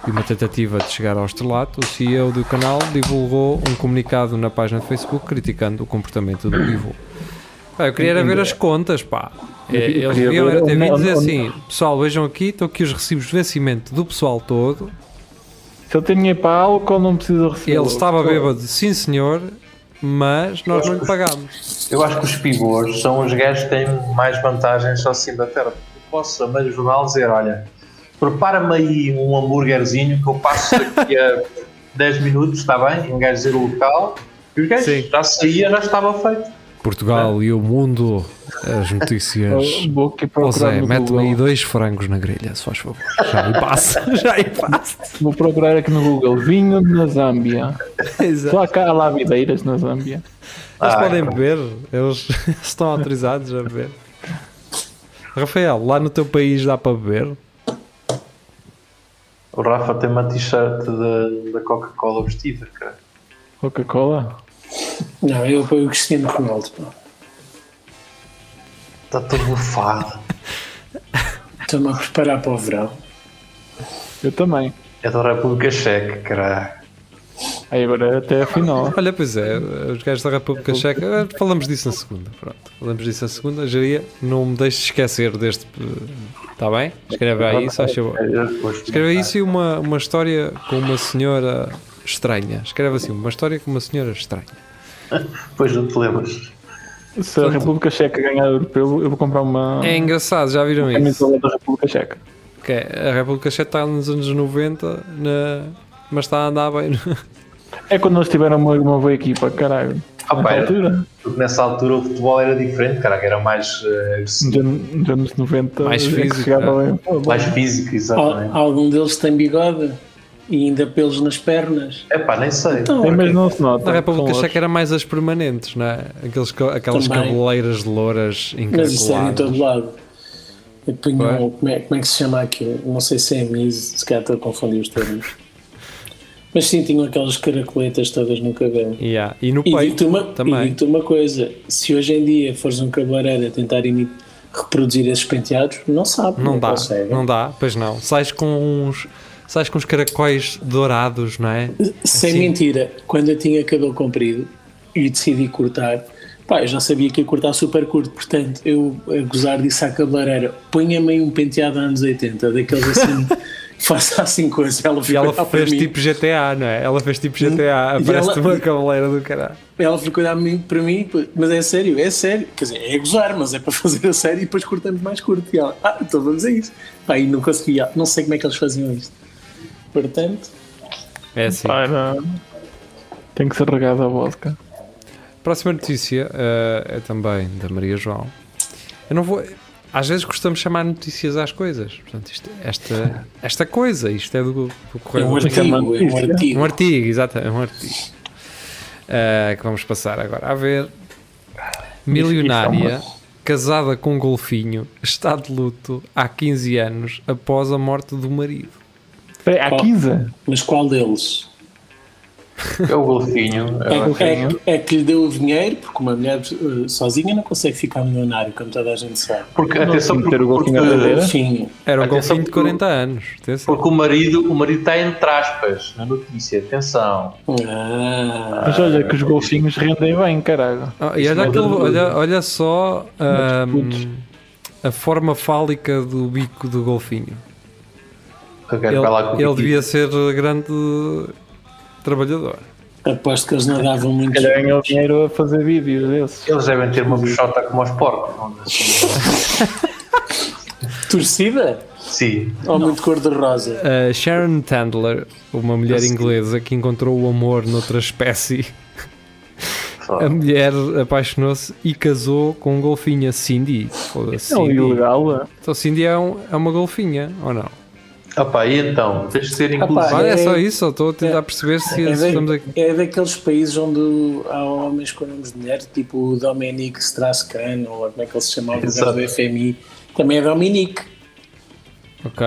[SPEAKER 3] e uma tentativa de chegar ao estrelato, o CEO do canal divulgou um comunicado na página do Facebook criticando o comportamento do pivô. Pá, eu queria era ver as contas, pá. É,
[SPEAKER 2] Eu
[SPEAKER 3] Eles
[SPEAKER 2] queria
[SPEAKER 3] deviam
[SPEAKER 2] ver
[SPEAKER 3] era ter
[SPEAKER 2] o-
[SPEAKER 3] vindo
[SPEAKER 2] o-
[SPEAKER 3] dizer
[SPEAKER 2] o-
[SPEAKER 3] assim: pessoal, vejam aqui, estão aqui os recibos de vencimento do pessoal todo.
[SPEAKER 2] Se ele tem dinheiro para álcool, não precisa receber.
[SPEAKER 3] Ele estava bêbado, sim senhor, mas nós não lhe pagámos.
[SPEAKER 4] Eu acho que os pivôs são os gajos que têm mais vantagens ao cima da terra. Eu posso, a meio do jornal, dizer: olha, prepara-me aí um hambúrguerzinho que eu passo daqui a 10 minutos, está bem? E Um gajo dizer o local. E os gajos
[SPEAKER 3] Sim.
[SPEAKER 4] já saía, já estava feito.
[SPEAKER 3] Portugal e o mundo, as notícias.
[SPEAKER 2] Eu Vou aqui
[SPEAKER 3] Ou
[SPEAKER 2] procurar
[SPEAKER 3] Zé,
[SPEAKER 2] no
[SPEAKER 3] mete-me aí
[SPEAKER 2] Google.
[SPEAKER 3] dois frangos na grelha, se faz favor. Já aí passa, já aí passa.
[SPEAKER 2] Vou procurar aqui no Google. Vinho na Zâmbia.
[SPEAKER 3] Exato.
[SPEAKER 2] Só cá há lavideiras na Zâmbia.
[SPEAKER 3] Eles
[SPEAKER 4] Ah,
[SPEAKER 3] podem
[SPEAKER 4] pronto.
[SPEAKER 3] beber, eles estão autorizados a beber. Rafael, lá no teu país dá para beber?
[SPEAKER 4] O Rafa tem uma t-shirt da- da Coca-Cola vestida, cara.
[SPEAKER 2] Coca-Cola?
[SPEAKER 5] Não, eu apoio o Cristiano Ronaldo. pá.
[SPEAKER 4] Está Tá todo bufado.
[SPEAKER 5] Estou-me a preparar para o verão.
[SPEAKER 2] Eu também.
[SPEAKER 4] É da República Checa, cara.
[SPEAKER 2] Aí agora é até a final.
[SPEAKER 3] Olha, pois é, os gajos da República Checa, eh, falamos disso na segunda, pronto. Falamos disso na segunda, geria, não me deixes esquecer deste. Está bem? Escreve aí isso, acho bom. Escreve isso e uma, uma história com uma senhora estranha. Escreve assim, uma história com uma senhora estranha.
[SPEAKER 4] Depois não te lembras.
[SPEAKER 2] Se a República Checa ganhar o europeu, eu vou comprar uma
[SPEAKER 3] É engraçado, já viram isso?
[SPEAKER 2] camisola da República Checa.
[SPEAKER 3] Que é, a República Checa está nos anos 90, na- mas está a andar bem. no-
[SPEAKER 2] É quando eles tiveram uma, uma boa equipa, caralho.
[SPEAKER 4] Ah, pá,
[SPEAKER 2] Nessa
[SPEAKER 4] era-
[SPEAKER 2] altura,
[SPEAKER 4] Porque nessa altura o futebol era diferente, cara. que Era mais, eh, agressivo,
[SPEAKER 2] nos anos- nos anos 90,
[SPEAKER 3] Mais
[SPEAKER 2] é que
[SPEAKER 3] físico,
[SPEAKER 2] chegava bem.
[SPEAKER 4] mais físico,
[SPEAKER 5] Al-
[SPEAKER 4] exatamente.
[SPEAKER 5] algum deles tem bigode e ainda pelos nas pernas.
[SPEAKER 4] É pá, nem sei.
[SPEAKER 5] Então,
[SPEAKER 2] Sim, mas não se
[SPEAKER 3] Na
[SPEAKER 2] nota.
[SPEAKER 3] República
[SPEAKER 2] São
[SPEAKER 3] Checa era mais as permanentes, não é? Aqueles, ca- aquelas
[SPEAKER 5] Também.
[SPEAKER 3] cabeleiras louras
[SPEAKER 5] mas isso é era em
[SPEAKER 3] encaracolado.
[SPEAKER 5] todo lado. Eu punho,
[SPEAKER 3] Ué?
[SPEAKER 5] como, é, como é que se chama aquilo? Não sei se é mise, se calhar estou a confundir os termos. Mas sim, tinham aquelas caracoletas todas no cabelo.
[SPEAKER 3] Yeah. E no
[SPEAKER 5] E
[SPEAKER 3] peito
[SPEAKER 5] digo-te uma, e
[SPEAKER 3] também.
[SPEAKER 5] digo-te uma coisa: se hoje em dia fores um cabeleireiro a tentar imi- reproduzir esses penteados, não sabe, é
[SPEAKER 3] Não dá,
[SPEAKER 5] consegue.
[SPEAKER 3] não dá, pois não. Sais com uns. Sais com uns caracóis dourados, não é?
[SPEAKER 5] Sem
[SPEAKER 3] Assim.
[SPEAKER 5] mentira, quando eu tinha cabelo comprido e decidi cortar, pá, eu já sabia que ia cortar super curto, portanto, eu a gozar disso à cabeleireira, punha-me aí um penteado anos 80, daqueles assim, faça assim coisa, ela
[SPEAKER 3] E
[SPEAKER 5] ficou
[SPEAKER 3] ela
[SPEAKER 5] a olhar para
[SPEAKER 3] fez
[SPEAKER 5] mim,
[SPEAKER 3] tipo GTA, não é? Ela fez tipo GTA,
[SPEAKER 5] E
[SPEAKER 3] aparece-te
[SPEAKER 5] ela-
[SPEAKER 3] uma cabeleira do caralho.
[SPEAKER 5] ela ficou a olhar mim- para mim, pô, mas é sério, é sério, quer dizer, é gozar, mas é para fazer a sério e depois cortamos mais curto, e ela, ah, então vamos a isso, pá, e não conseguia, não sei como é que eles faziam isto, portanto,
[SPEAKER 3] É assim.
[SPEAKER 2] Pá, era- Tem que ser regada a vodka.
[SPEAKER 3] Próxima notícia eh, é também da Maria João. Eu não vou. Às vezes costumamos chamar notícias às coisas. Portanto, isto- esta, esta coisa, isto é do, do
[SPEAKER 5] é
[SPEAKER 3] Correio
[SPEAKER 5] um
[SPEAKER 3] da
[SPEAKER 5] artigo, é um artigo.
[SPEAKER 3] Um artigo, exato, é um artigo. Ah, que vamos passar agora a ver.
[SPEAKER 5] é
[SPEAKER 3] Milionária, casada com um golfinho, está de luto há 15 anos após a morte do marido.
[SPEAKER 2] Espera aí, Há
[SPEAKER 5] Oh.
[SPEAKER 2] 15?
[SPEAKER 5] mas qual deles?
[SPEAKER 4] É o golfinho. é o-
[SPEAKER 5] É, que- é que lhe deu o dinheiro, porque uma mulher eh, sozinha não consegue ficar milionário, como toda a gente sabe.
[SPEAKER 4] Porque, atenção,
[SPEAKER 2] tinha que
[SPEAKER 4] porque,
[SPEAKER 2] ter o golfinho à
[SPEAKER 4] porque,
[SPEAKER 2] bandeira.
[SPEAKER 5] Enfim,
[SPEAKER 3] Era um
[SPEAKER 4] Atenção,
[SPEAKER 3] golfinho de
[SPEAKER 4] porque o-
[SPEAKER 3] 40 anos. assim. Atenção.
[SPEAKER 4] porque o marido o marido está entre aspas na notícia. Atenção.
[SPEAKER 5] ah,
[SPEAKER 2] Mas olha que os golfinhos rendem bem, caralho.
[SPEAKER 3] Ah, e olha,
[SPEAKER 4] não é
[SPEAKER 3] aquele-
[SPEAKER 4] dúvida.
[SPEAKER 3] olha, olha só ahm,
[SPEAKER 2] putos.
[SPEAKER 3] a forma fálica do bico do golfinho.
[SPEAKER 4] Eu quero
[SPEAKER 3] Ele,
[SPEAKER 4] falar com o
[SPEAKER 3] ele
[SPEAKER 4] Kiki.
[SPEAKER 3] devia ser grande. trabalhador.
[SPEAKER 5] Aposto que eles nadavam muito.
[SPEAKER 2] Ele ganhou dinheiro a fazer vídeos desses.
[SPEAKER 4] Eles devem ter uma puxota como aos porcos. não é?
[SPEAKER 5] Torcida?
[SPEAKER 4] Sim.
[SPEAKER 5] Ou muito cor-de-rosa?
[SPEAKER 3] A Sharon Tandler, uma mulher inglesa que encontrou o amor noutra espécie. A mulher apaixonou-se e casou com um golfinho, a Cindy. Foda-se,
[SPEAKER 2] Não,
[SPEAKER 3] Cindy.
[SPEAKER 2] ilegal. é.
[SPEAKER 3] Então Cindy é, um- é uma golfinha, ou não?
[SPEAKER 4] Opa, e então? Tens de ser
[SPEAKER 5] Opa,
[SPEAKER 4] inclusivo.
[SPEAKER 3] Olha, é
[SPEAKER 5] é-
[SPEAKER 3] só isso, só estou a tentar perceber se
[SPEAKER 5] É,
[SPEAKER 3] se
[SPEAKER 5] da-
[SPEAKER 3] estamos aqui.
[SPEAKER 5] é daqueles países onde há homens com nomes de mulher, tipo o Dominique Strauss-Kahn, ou como é que ele se chamava, o gajo
[SPEAKER 4] Exato.
[SPEAKER 5] do FMI. Também é Dominique.
[SPEAKER 3] Ok.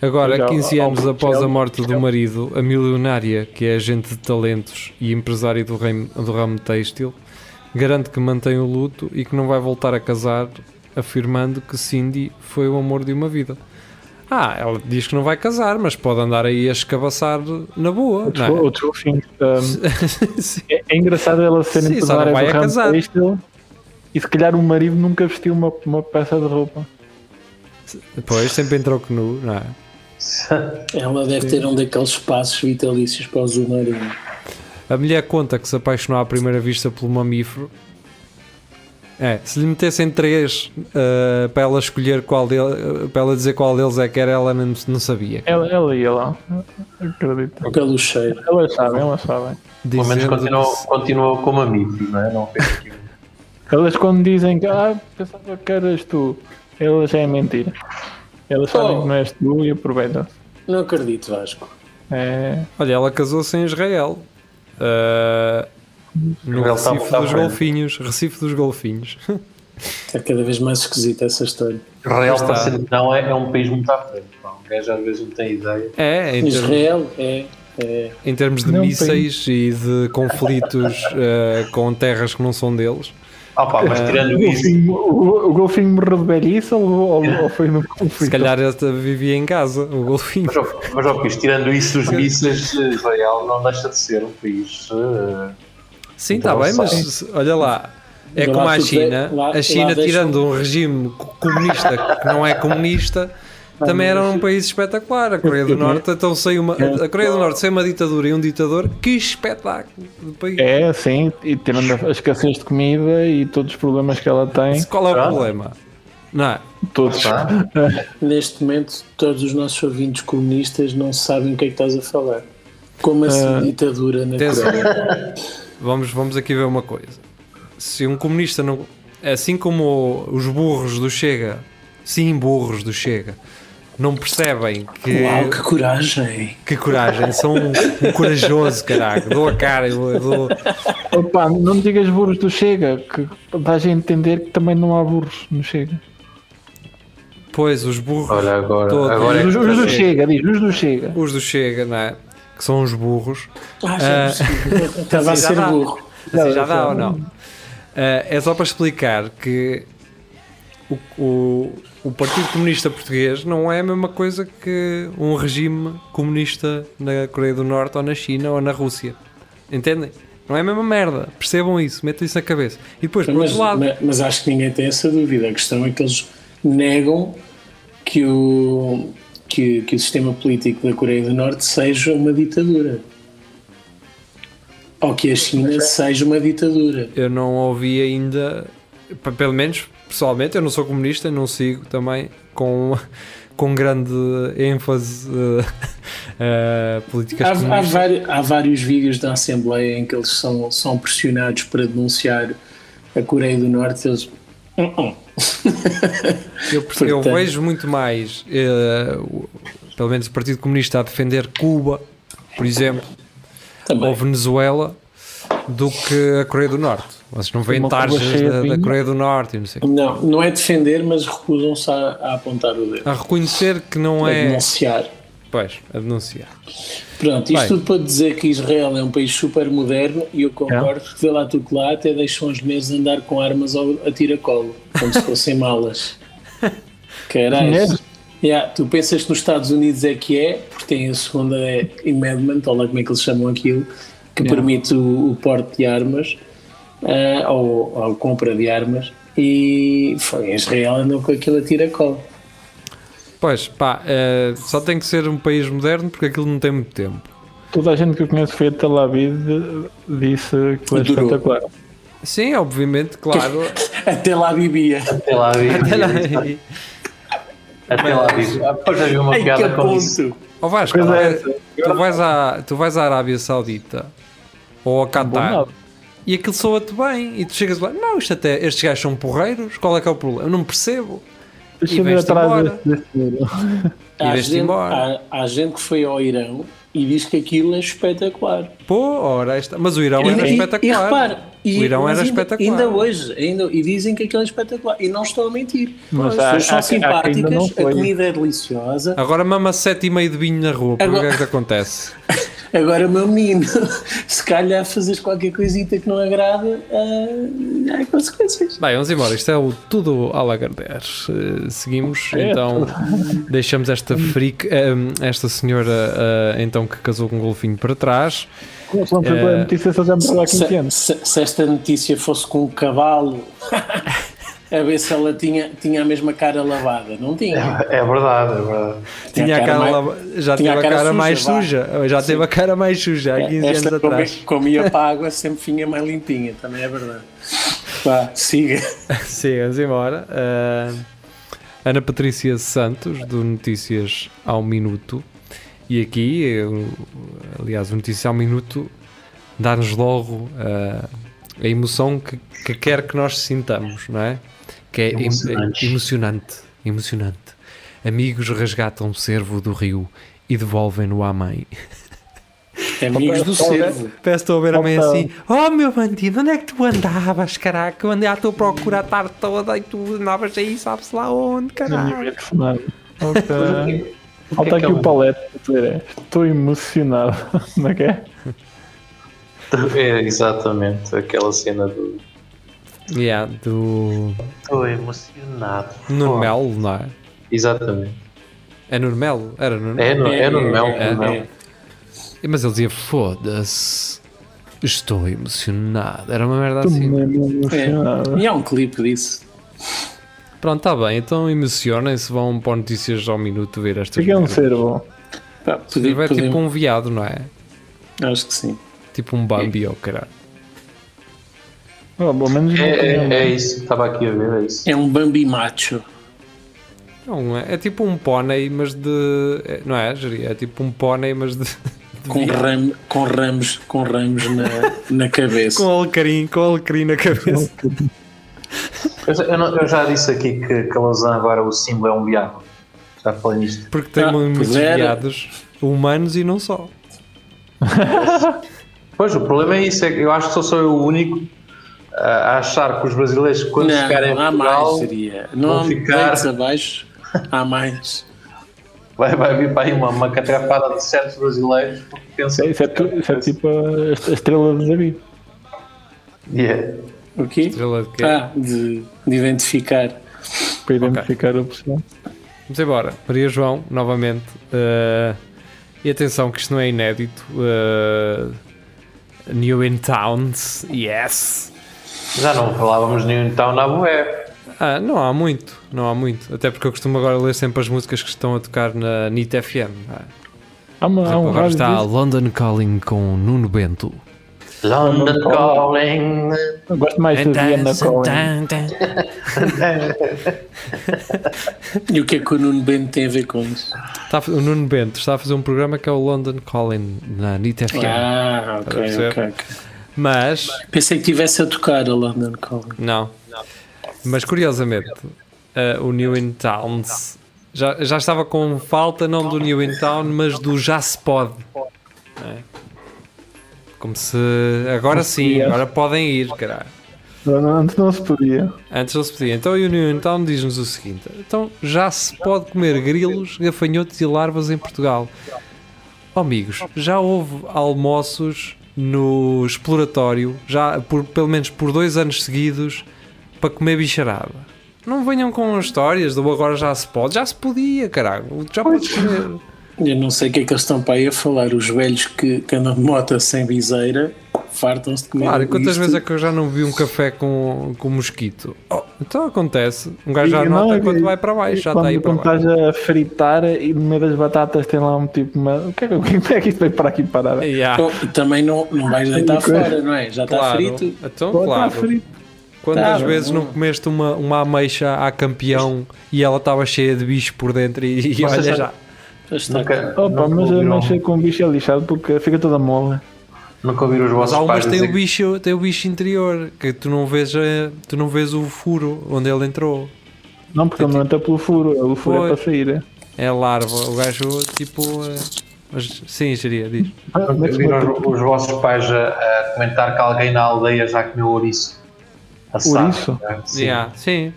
[SPEAKER 3] Agora,
[SPEAKER 2] Já,
[SPEAKER 3] 15
[SPEAKER 2] ao-
[SPEAKER 3] anos
[SPEAKER 2] ao-
[SPEAKER 3] após a
[SPEAKER 2] ao-
[SPEAKER 3] morte do
[SPEAKER 2] ao-
[SPEAKER 3] marido, a milionária, que é agente de talentos e empresária do ramo, do ramo têxtil, garante que mantém o luto e que não vai voltar a casar, afirmando que Cindy foi o amor de uma vida. Ah, ela diz que não vai casar, mas pode andar aí a escabaçar na boa,
[SPEAKER 2] Outro,
[SPEAKER 3] não é?
[SPEAKER 2] outro fim. Um,
[SPEAKER 3] Sim.
[SPEAKER 2] é, é engraçado ela ser
[SPEAKER 3] Sim, só não
[SPEAKER 2] empresária
[SPEAKER 3] vai
[SPEAKER 2] do
[SPEAKER 3] é
[SPEAKER 2] ramo
[SPEAKER 3] casar.
[SPEAKER 2] têxtil e se calhar o marido nunca vestiu uma, uma peça de roupa.
[SPEAKER 3] Depois sempre entrou que nu, não é?
[SPEAKER 5] Ela deve ter um daqueles espaços vitalícios para o submarino.
[SPEAKER 3] A mulher conta que se apaixonou à primeira vista pelo mamífero. É, se lhe metessem três eh, para ela escolher qual dele, eh, para ela dizer qual deles é que era, ela não, não sabia.
[SPEAKER 2] Ela, ela e ela. Acredito.
[SPEAKER 5] Pelo cheiro.
[SPEAKER 2] Elas sabem, elas sabem.
[SPEAKER 4] Pelo menos
[SPEAKER 3] Dizendo
[SPEAKER 4] continuou,
[SPEAKER 3] que-
[SPEAKER 4] continuou como amigo, não é? Não fez aquilo.
[SPEAKER 2] Elas quando dizem que ah, pensava que eras tu, elas já é mentira. Elas sabem
[SPEAKER 5] Oh.
[SPEAKER 2] que não és tu e aproveitam-se.
[SPEAKER 5] Não acredito, Vasco.
[SPEAKER 2] É,
[SPEAKER 3] Olha, ela casou-se em Israel. eh, no
[SPEAKER 4] Israel está a
[SPEAKER 3] Recife
[SPEAKER 4] voltar
[SPEAKER 3] dos
[SPEAKER 4] para ele.
[SPEAKER 3] Golfinhos. Recife dos Golfinhos.
[SPEAKER 5] Está É cada vez mais esquisita essa história.
[SPEAKER 4] Israel,
[SPEAKER 3] Está.
[SPEAKER 4] parecendo que não, é, é um país muito à frente. pá. Um gajo às vezes não tem ideia.
[SPEAKER 3] É, em, termos,
[SPEAKER 5] Israel é. é.
[SPEAKER 3] em termos de
[SPEAKER 2] Não tem.
[SPEAKER 3] mísseis e de conflitos eh, com terras que não são deles.
[SPEAKER 4] Ah pá, mas tirando
[SPEAKER 2] o,
[SPEAKER 4] isso,
[SPEAKER 2] golfinho, o, o golfinho morreu de velhice ou, ou, ou foi no conflito?
[SPEAKER 3] Se calhar ela vivia em casa, o Golfinho.
[SPEAKER 4] mas, ó- mas ó, Pires, tirando isso os mísseis, eh, Israel não deixa de ser um país. eh,
[SPEAKER 3] Sim, está
[SPEAKER 4] Então,
[SPEAKER 3] bem, mas
[SPEAKER 4] sabe.
[SPEAKER 3] se- olha lá. É
[SPEAKER 5] Lá
[SPEAKER 3] como a
[SPEAKER 5] tudo
[SPEAKER 3] China.
[SPEAKER 5] é- lá-
[SPEAKER 3] a China,
[SPEAKER 5] lá deixam-
[SPEAKER 3] tirando um regime co- comunista que não é comunista, também era um país espetacular. A Coreia
[SPEAKER 5] Uhum.
[SPEAKER 3] do Norte, então, sem uma,
[SPEAKER 5] É.
[SPEAKER 3] a Coreia do Norte sem uma ditadura e um ditador, que espetáculo de país.
[SPEAKER 2] É, sim, e tirando a- a escassez de comida e todos os problemas que ela tem,
[SPEAKER 3] Qual é o
[SPEAKER 4] Pronto.
[SPEAKER 3] problema? Não é?
[SPEAKER 2] todos.
[SPEAKER 4] Tá.
[SPEAKER 5] Neste momento, todos os nossos ouvintes comunistas não sabem o que é que estás a falar. Como assim,
[SPEAKER 2] Ah.
[SPEAKER 5] ditadura na
[SPEAKER 3] Tens-
[SPEAKER 5] Coreia?
[SPEAKER 3] Vamos, vamos aqui ver uma coisa. Se um comunista não. Assim como os burros do Chega, sim, burros do Chega, não percebem que.
[SPEAKER 5] Uau, que coragem!
[SPEAKER 3] Que coragem, sou um, um corajoso, caralho. Dou a cara, eu dou.
[SPEAKER 2] Opa, não digas burros do Chega, que dás a entender que também não há burros no Chega.
[SPEAKER 3] Pois, os burros,
[SPEAKER 4] Olha, agora,
[SPEAKER 3] Todo.
[SPEAKER 4] agora é
[SPEAKER 2] Os, os do
[SPEAKER 4] que
[SPEAKER 2] Chega, diz, os do Chega.
[SPEAKER 3] os do Chega, não é? Que são os burros.
[SPEAKER 5] Ah, já percebi. Estava a
[SPEAKER 3] Sim, já
[SPEAKER 5] ser
[SPEAKER 3] dá.
[SPEAKER 5] burro.
[SPEAKER 3] Assim
[SPEAKER 2] Já,
[SPEAKER 3] já dá
[SPEAKER 2] já.
[SPEAKER 3] ou não? Ah, é só para explicar que o, o, o Partido Comunista Português não é a mesma coisa que um regime comunista na Coreia do Norte ou na China ou na Rússia. Entendem? Não é a mesma merda. Percebam isso, metam isso na cabeça. E depois, por
[SPEAKER 5] Mas,
[SPEAKER 3] outro lado,
[SPEAKER 5] ma- mas acho que ninguém tem essa dúvida. A questão é que eles negam que o, que, que o sistema político da Coreia do Norte seja uma ditadura. Ou que a China seja uma ditadura.
[SPEAKER 3] eu não ouvi ainda, p- pelo menos pessoalmente, eu não sou comunista, não sigo também com, com grande ênfase eh, eh, políticas
[SPEAKER 5] Há, há,
[SPEAKER 3] comunistas.
[SPEAKER 5] vari- há vários vídeos da Assembleia em que eles são, são pressionados para denunciar a Coreia do Norte. Eles. "Hum, hum."
[SPEAKER 3] Eu, perce- eu
[SPEAKER 5] Portanto-
[SPEAKER 3] vejo muito mais, eh, o- pelo menos o Partido Comunista, a defender Cuba, por exemplo,
[SPEAKER 5] Também.
[SPEAKER 3] ou Venezuela, do que a Coreia do Norte. Vocês não veem
[SPEAKER 2] Uma Cuba
[SPEAKER 3] tarjas
[SPEAKER 2] cheia de
[SPEAKER 3] da, da
[SPEAKER 2] vinho.
[SPEAKER 3] Coreia do Norte e não sei o quê.
[SPEAKER 5] Não, não é defender, mas recusam-se a, a apontar o dedo.
[SPEAKER 3] A reconhecer que não
[SPEAKER 5] a
[SPEAKER 3] é.
[SPEAKER 5] denunciar.
[SPEAKER 3] Pois, a denunciar.
[SPEAKER 5] Pronto, isto
[SPEAKER 3] Bem.
[SPEAKER 5] tudo para dizer que Israel é um país super moderno e eu concordo que vê lá tudo que lá até deixam as mulheres andar com armas ao, a tiracolo, como se fossem malas. Caralho.
[SPEAKER 2] Mulheres?
[SPEAKER 5] Yeah, tu pensas que nos Estados Unidos é que é, porque tem a segunda amendment, ou lá como é que eles chamam aquilo, que permite o, o porte de armas ah, ou, ou compra de armas e foi, em Israel andam com aquilo a tiracolo.
[SPEAKER 3] Pois, pá, eh, só tem que ser um país moderno porque aquilo não tem muito tempo.
[SPEAKER 2] Toda a gente que eu conheço foi a Tel Aviv disse que foi
[SPEAKER 5] Adorou.
[SPEAKER 2] espetacular.
[SPEAKER 3] Sim, obviamente, claro.
[SPEAKER 5] Até lá bebia.
[SPEAKER 4] Até lá vi.
[SPEAKER 3] Até lá-
[SPEAKER 4] Até lá vi. Depois havia uma
[SPEAKER 5] Ai, que
[SPEAKER 4] piada com isso.
[SPEAKER 5] ponto!
[SPEAKER 3] Ó Vasco,
[SPEAKER 2] Pois é,
[SPEAKER 3] tu vais- tu, vais à, tu vais à Arábia Saudita ou a
[SPEAKER 2] Bom,
[SPEAKER 3] Qatar
[SPEAKER 2] nada.
[SPEAKER 3] e aquilo soa-te bem e tu chegas lá, não, isto até, estes gajos são porreiros, qual é que é o problema? Eu não percebo. E
[SPEAKER 2] Deixa-me ir
[SPEAKER 3] vens-te embora.
[SPEAKER 2] atrás desse, desse dinheiro.
[SPEAKER 5] Há
[SPEAKER 3] veste
[SPEAKER 5] gente,
[SPEAKER 3] embora.
[SPEAKER 5] há- há gente que foi ao Irão e diz que aquilo é espetacular.
[SPEAKER 3] Pô, ora, esta... mas o Irão
[SPEAKER 5] E-
[SPEAKER 3] era
[SPEAKER 5] e-
[SPEAKER 3] espetacular.
[SPEAKER 5] E, repara, e-
[SPEAKER 3] o Irão
[SPEAKER 5] mas
[SPEAKER 3] era
[SPEAKER 5] ainda,
[SPEAKER 3] espetacular.
[SPEAKER 5] Ainda hoje, ainda, e dizem que aquilo é espetacular. E não estão a mentir.
[SPEAKER 2] Mas
[SPEAKER 5] As
[SPEAKER 2] há-
[SPEAKER 5] pessoas
[SPEAKER 2] há-
[SPEAKER 5] são
[SPEAKER 2] há quem ainda não
[SPEAKER 5] simpáticas, a
[SPEAKER 2] foi.
[SPEAKER 5] comida é deliciosa.
[SPEAKER 3] Agora mama sete e meio de vinho na rua, porque o que
[SPEAKER 5] Agora-
[SPEAKER 3] é que te acontece?
[SPEAKER 5] Agora, meu menino, se calhar fazes qualquer coisita que não agrada, ah, há consequências.
[SPEAKER 3] Bem, vamos embora, isto é o tudo à Lagardère. Eh, seguimos,
[SPEAKER 2] É,
[SPEAKER 3] então deixamos esta freak, ehm, esta senhora eh, então que casou com um golfinho para trás.
[SPEAKER 2] Como se não fosse
[SPEAKER 3] É.
[SPEAKER 2] a notícia, só já me há 15
[SPEAKER 5] Se,
[SPEAKER 2] anos.
[SPEAKER 5] se- se esta notícia fosse com o cavalo, a ver se ela tinha, tinha a mesma cara lavada. Não tinha.
[SPEAKER 4] É verdade, é verdade.
[SPEAKER 5] Tinha
[SPEAKER 3] Tinha
[SPEAKER 5] a
[SPEAKER 3] a
[SPEAKER 5] cara
[SPEAKER 3] cara
[SPEAKER 5] mais-
[SPEAKER 3] lava- já
[SPEAKER 5] tinha
[SPEAKER 3] teve
[SPEAKER 5] a
[SPEAKER 3] a
[SPEAKER 5] cara
[SPEAKER 3] cara
[SPEAKER 5] suja,
[SPEAKER 3] mais
[SPEAKER 5] vá.
[SPEAKER 3] suja, já teve a cara mais suja há 15 anos
[SPEAKER 5] É, Esta comi-
[SPEAKER 3] atrás.
[SPEAKER 5] comia para a água sempre vinha mais limpinha, também é verdade. Vá, siga.
[SPEAKER 3] Sim, vamos embora. Ah, Ana Patrícia Santos, do Notícias ao Minuto. E aqui, eu- aliás, o Notícias ao Minuto dá-nos logo ah, a emoção que, que quer que nós sintamos, não é? Que é em-
[SPEAKER 4] Emocionantes.
[SPEAKER 3] é emocionante. Emocionante. Amigos resgatam o cervo do rio e devolvem-no à mãe.
[SPEAKER 5] É Amigos do
[SPEAKER 2] né?
[SPEAKER 5] cervo.
[SPEAKER 3] Parece estou a ver a mãe
[SPEAKER 2] Opa.
[SPEAKER 3] assim: Oh meu bandido, onde é que tu andavas, caraca? Eu andei à tua procura a tarde toda e tu andavas aí, sabe-se lá onde,
[SPEAKER 2] Ah.
[SPEAKER 3] caraca.
[SPEAKER 2] Falta,
[SPEAKER 4] O que
[SPEAKER 2] falta
[SPEAKER 4] é que
[SPEAKER 2] aqui
[SPEAKER 4] é
[SPEAKER 2] o palete para dizer é, Estou emocionado. Como é que é?
[SPEAKER 4] É exatamente aquela cena do.
[SPEAKER 3] Yeah, do.
[SPEAKER 4] Estou emocionado.
[SPEAKER 3] Normel,
[SPEAKER 2] Oh.
[SPEAKER 3] não é?
[SPEAKER 4] Exatamente.
[SPEAKER 3] É Normel? Era Normel.
[SPEAKER 4] É, no, é, no mel,
[SPEAKER 5] é,
[SPEAKER 4] no mel.
[SPEAKER 5] é.
[SPEAKER 3] Mas ele dizia: Foda-se, estou emocionado. Era uma merda
[SPEAKER 2] Estou
[SPEAKER 3] assim.
[SPEAKER 2] mesmo emocionado.
[SPEAKER 5] E há um clipe disso.
[SPEAKER 3] Pronto, está bem, então emocionem-se, vão para o notícias ao minuto ver
[SPEAKER 2] O
[SPEAKER 3] estas
[SPEAKER 2] que é um
[SPEAKER 3] merdas.
[SPEAKER 2] cervo?
[SPEAKER 5] Pá, podi-
[SPEAKER 3] É tipo
[SPEAKER 5] podemos-
[SPEAKER 3] um viado, não é?
[SPEAKER 5] Acho que sim.
[SPEAKER 3] Tipo um Bambi, ou caralho.
[SPEAKER 2] Oh, pelo menos
[SPEAKER 4] É,
[SPEAKER 2] não tem,
[SPEAKER 4] é,
[SPEAKER 2] não.
[SPEAKER 4] é isso, estava aqui a ver, é isso.
[SPEAKER 5] É um Bambi macho.
[SPEAKER 3] Não, é, é tipo um pônei, mas de. é- Não é, Jeri? É tipo um pônei, mas de.
[SPEAKER 5] Com, ram, com ramos, com ramos na, na cabeça.
[SPEAKER 3] com alecrim, com alecrim na cabeça.
[SPEAKER 4] Eu, já- eu não- eu já disse aqui que Calazan agora o símbolo é um viado. Já falei nisto.
[SPEAKER 3] Porque tem
[SPEAKER 5] Ah,
[SPEAKER 3] muitos
[SPEAKER 5] pois era.
[SPEAKER 3] viados humanos e não só.
[SPEAKER 4] Pois, o problema é isso, é que eu acho que só sou eu o único ah, a achar que os brasileiros quando chegarem a
[SPEAKER 5] não, há mais,
[SPEAKER 4] Portugal
[SPEAKER 5] seria. Não há
[SPEAKER 4] vão ficar-
[SPEAKER 5] ficar... abaixo, há mais.
[SPEAKER 4] vai, vai vir para aí uma, uma catrafada de certos brasileiros porque
[SPEAKER 2] Isso
[SPEAKER 4] pensam
[SPEAKER 2] é- Isso é, tu- isso é tipo a est- a estrela de Davi.
[SPEAKER 4] Yeah.
[SPEAKER 5] O quê?
[SPEAKER 3] Estrela é de quê?
[SPEAKER 5] Ah, de, de identificar.
[SPEAKER 2] Para identificar a pessoa.
[SPEAKER 3] Vamos embora. Maria João, novamente. eh, e atenção que isto não é inédito. eh, New in Towns, yes.
[SPEAKER 4] Já não falávamos nenhum então na bué.
[SPEAKER 3] Ah, não há muito, não há muito. Até porque eu costumo agora ler sempre as músicas que estão a tocar na NIT FM. não é?
[SPEAKER 2] Há, uma, há um
[SPEAKER 3] agora
[SPEAKER 2] rádio
[SPEAKER 3] está
[SPEAKER 2] disso.
[SPEAKER 3] London Calling com Nuno Bento.
[SPEAKER 4] London calling.
[SPEAKER 2] Eu Gosto mais de
[SPEAKER 3] Então,
[SPEAKER 2] Diana Collins.
[SPEAKER 5] E o que é que o Nuno Bento tem a ver com isso?
[SPEAKER 3] Está Tá a fa- o Nuno Bento está a fazer um programa que é o London Calling na NIT FM.
[SPEAKER 5] Ah, ok,
[SPEAKER 3] Deve ser.
[SPEAKER 5] ok, ok.
[SPEAKER 3] Mas,
[SPEAKER 5] Pensei que estivesse a tocar a London Calling.
[SPEAKER 3] não. Mas curiosamente, eh, o New In Towns já, já estava com falta, não do New In Town, mas do Já Se Pode. não é? Como se. Agora sim, agora podem ir, caralho.
[SPEAKER 2] Antes não se podia.
[SPEAKER 3] Antes não se podia. Então, e o New In Town diz-nos o seguinte: então já se pode comer grilos, gafanhotos e larvas em Portugal. Oh, amigos, já houve almoços no exploratório, já por, pelo menos por dois anos seguidos, para comer bicharada. Não venham com histórias do agora já se pode. Já se podia, caralho. Já podes comer.
[SPEAKER 5] Eu não sei o que é que eles estão para aí a falar. Os velhos que, que andam de moto sem viseira fartam-se de comer.
[SPEAKER 3] Claro, quantas
[SPEAKER 5] isto.
[SPEAKER 3] vezes é que eu já não vi um café com, com mosquito? Oh, então acontece. Um gajo já
[SPEAKER 2] E
[SPEAKER 3] nota
[SPEAKER 2] não, e-
[SPEAKER 3] quando vai para baixo, já
[SPEAKER 2] quando,
[SPEAKER 3] está aí para
[SPEAKER 2] quando
[SPEAKER 3] baixo.
[SPEAKER 2] estás a fritar e no meio das batatas tem lá um tipo, mas o que é que, como é que isto veio para aqui parar?
[SPEAKER 3] Yeah,
[SPEAKER 5] Bom, Então, também não, não vais deitar fora, não é? Já está
[SPEAKER 3] claro.
[SPEAKER 5] frito.
[SPEAKER 3] Então,
[SPEAKER 2] Pô, tá
[SPEAKER 3] claro.
[SPEAKER 2] Está frito.
[SPEAKER 3] Quantas
[SPEAKER 5] Tá,
[SPEAKER 3] vezes não
[SPEAKER 5] bom.
[SPEAKER 3] comeste uma, uma ameixa à campeão e ela estava cheia de bicho por dentro e, e
[SPEAKER 4] Vocês
[SPEAKER 3] olha
[SPEAKER 4] já-
[SPEAKER 3] já.
[SPEAKER 5] Já está.
[SPEAKER 4] Nunca,
[SPEAKER 2] Opa,
[SPEAKER 4] nunca
[SPEAKER 2] mas a
[SPEAKER 4] ouviram,
[SPEAKER 2] mancha com bicho é lixado porque fica toda mole.
[SPEAKER 4] nunca ouviram os
[SPEAKER 3] Mas
[SPEAKER 4] vossos
[SPEAKER 3] há umas
[SPEAKER 4] pais
[SPEAKER 3] que tem
[SPEAKER 4] dizer-
[SPEAKER 3] o bicho, tem o bicho interior, que tu não vês, eh, tu não vês o furo onde ele entrou.
[SPEAKER 2] Não, porque ele não entra pelo furo, o furo é
[SPEAKER 3] Pois.
[SPEAKER 2] para sair.
[SPEAKER 3] É a larva, o gajo tipo. eh, Mas sim, seria, diz.
[SPEAKER 4] Nunca ouviram os, os vossos pais a, a comentar que alguém na aldeia já comeu ouriço. Assado,
[SPEAKER 2] Ouriço?
[SPEAKER 4] não é? Sim.
[SPEAKER 3] Yeah, sim.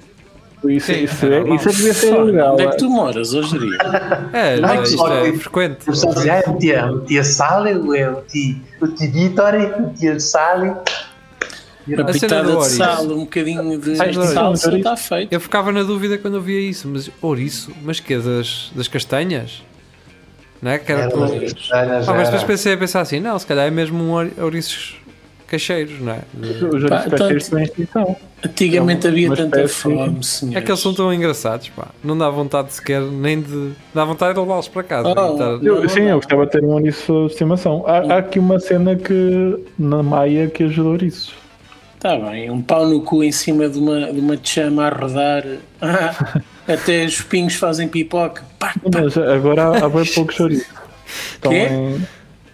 [SPEAKER 2] Isso,
[SPEAKER 3] Sim,
[SPEAKER 2] isso,
[SPEAKER 3] é
[SPEAKER 2] é,
[SPEAKER 3] normal.
[SPEAKER 2] isso é que devia ser
[SPEAKER 5] Olha,
[SPEAKER 2] ilegal.
[SPEAKER 5] Onde é que tu moras hoje em dia?
[SPEAKER 3] É,
[SPEAKER 4] Não,
[SPEAKER 3] isto
[SPEAKER 4] olha,
[SPEAKER 3] é frequente.
[SPEAKER 4] Eu só dizia, ah, metia, metia sal, eu meti é, o tio Vitor, metia sal.
[SPEAKER 5] Uma
[SPEAKER 3] A cena
[SPEAKER 5] pitada
[SPEAKER 3] do
[SPEAKER 5] de
[SPEAKER 3] Oris.
[SPEAKER 5] sal, um bocadinho de
[SPEAKER 3] Sabes do Oris?
[SPEAKER 5] sal,
[SPEAKER 2] Oris.
[SPEAKER 5] está feito.
[SPEAKER 3] Eu ficava na dúvida quando eu via isso, mas ouriço, mas que é das, das castanhas? Não é? Que era,
[SPEAKER 4] Era
[SPEAKER 3] com-
[SPEAKER 4] umas castanhas,
[SPEAKER 3] Ah, mas
[SPEAKER 4] era.
[SPEAKER 3] depois pensei a pensar assim, não, se calhar é mesmo um ouri- ouriços cacheiros, não é?
[SPEAKER 2] Os
[SPEAKER 5] Pá,
[SPEAKER 2] outros
[SPEAKER 5] então-
[SPEAKER 2] cacheiros estão em extinção.
[SPEAKER 5] Antigamente
[SPEAKER 2] É uma-
[SPEAKER 5] havia
[SPEAKER 2] uma
[SPEAKER 5] tanta
[SPEAKER 2] espécie-
[SPEAKER 5] fome, senhor.
[SPEAKER 3] É que eles são tão engraçados, pá. Não dá vontade sequer nem de. Dá vontade de levá-los para casa.
[SPEAKER 5] Oh.
[SPEAKER 3] e estar-
[SPEAKER 2] Eu-
[SPEAKER 5] Não,
[SPEAKER 2] sim,
[SPEAKER 5] não.
[SPEAKER 2] eu gostava de ter um ouriço de estimação. Há, há aqui uma cena que na Maia que ajuda ouriços.
[SPEAKER 5] Está bem, um pau no cu em cima de uma, de uma chama a rodar. Ah, até os pinhos fazem pipoca. Pá,
[SPEAKER 2] Mas agora há, há bem poucos ouriços. Estão
[SPEAKER 5] Quê?
[SPEAKER 2] em-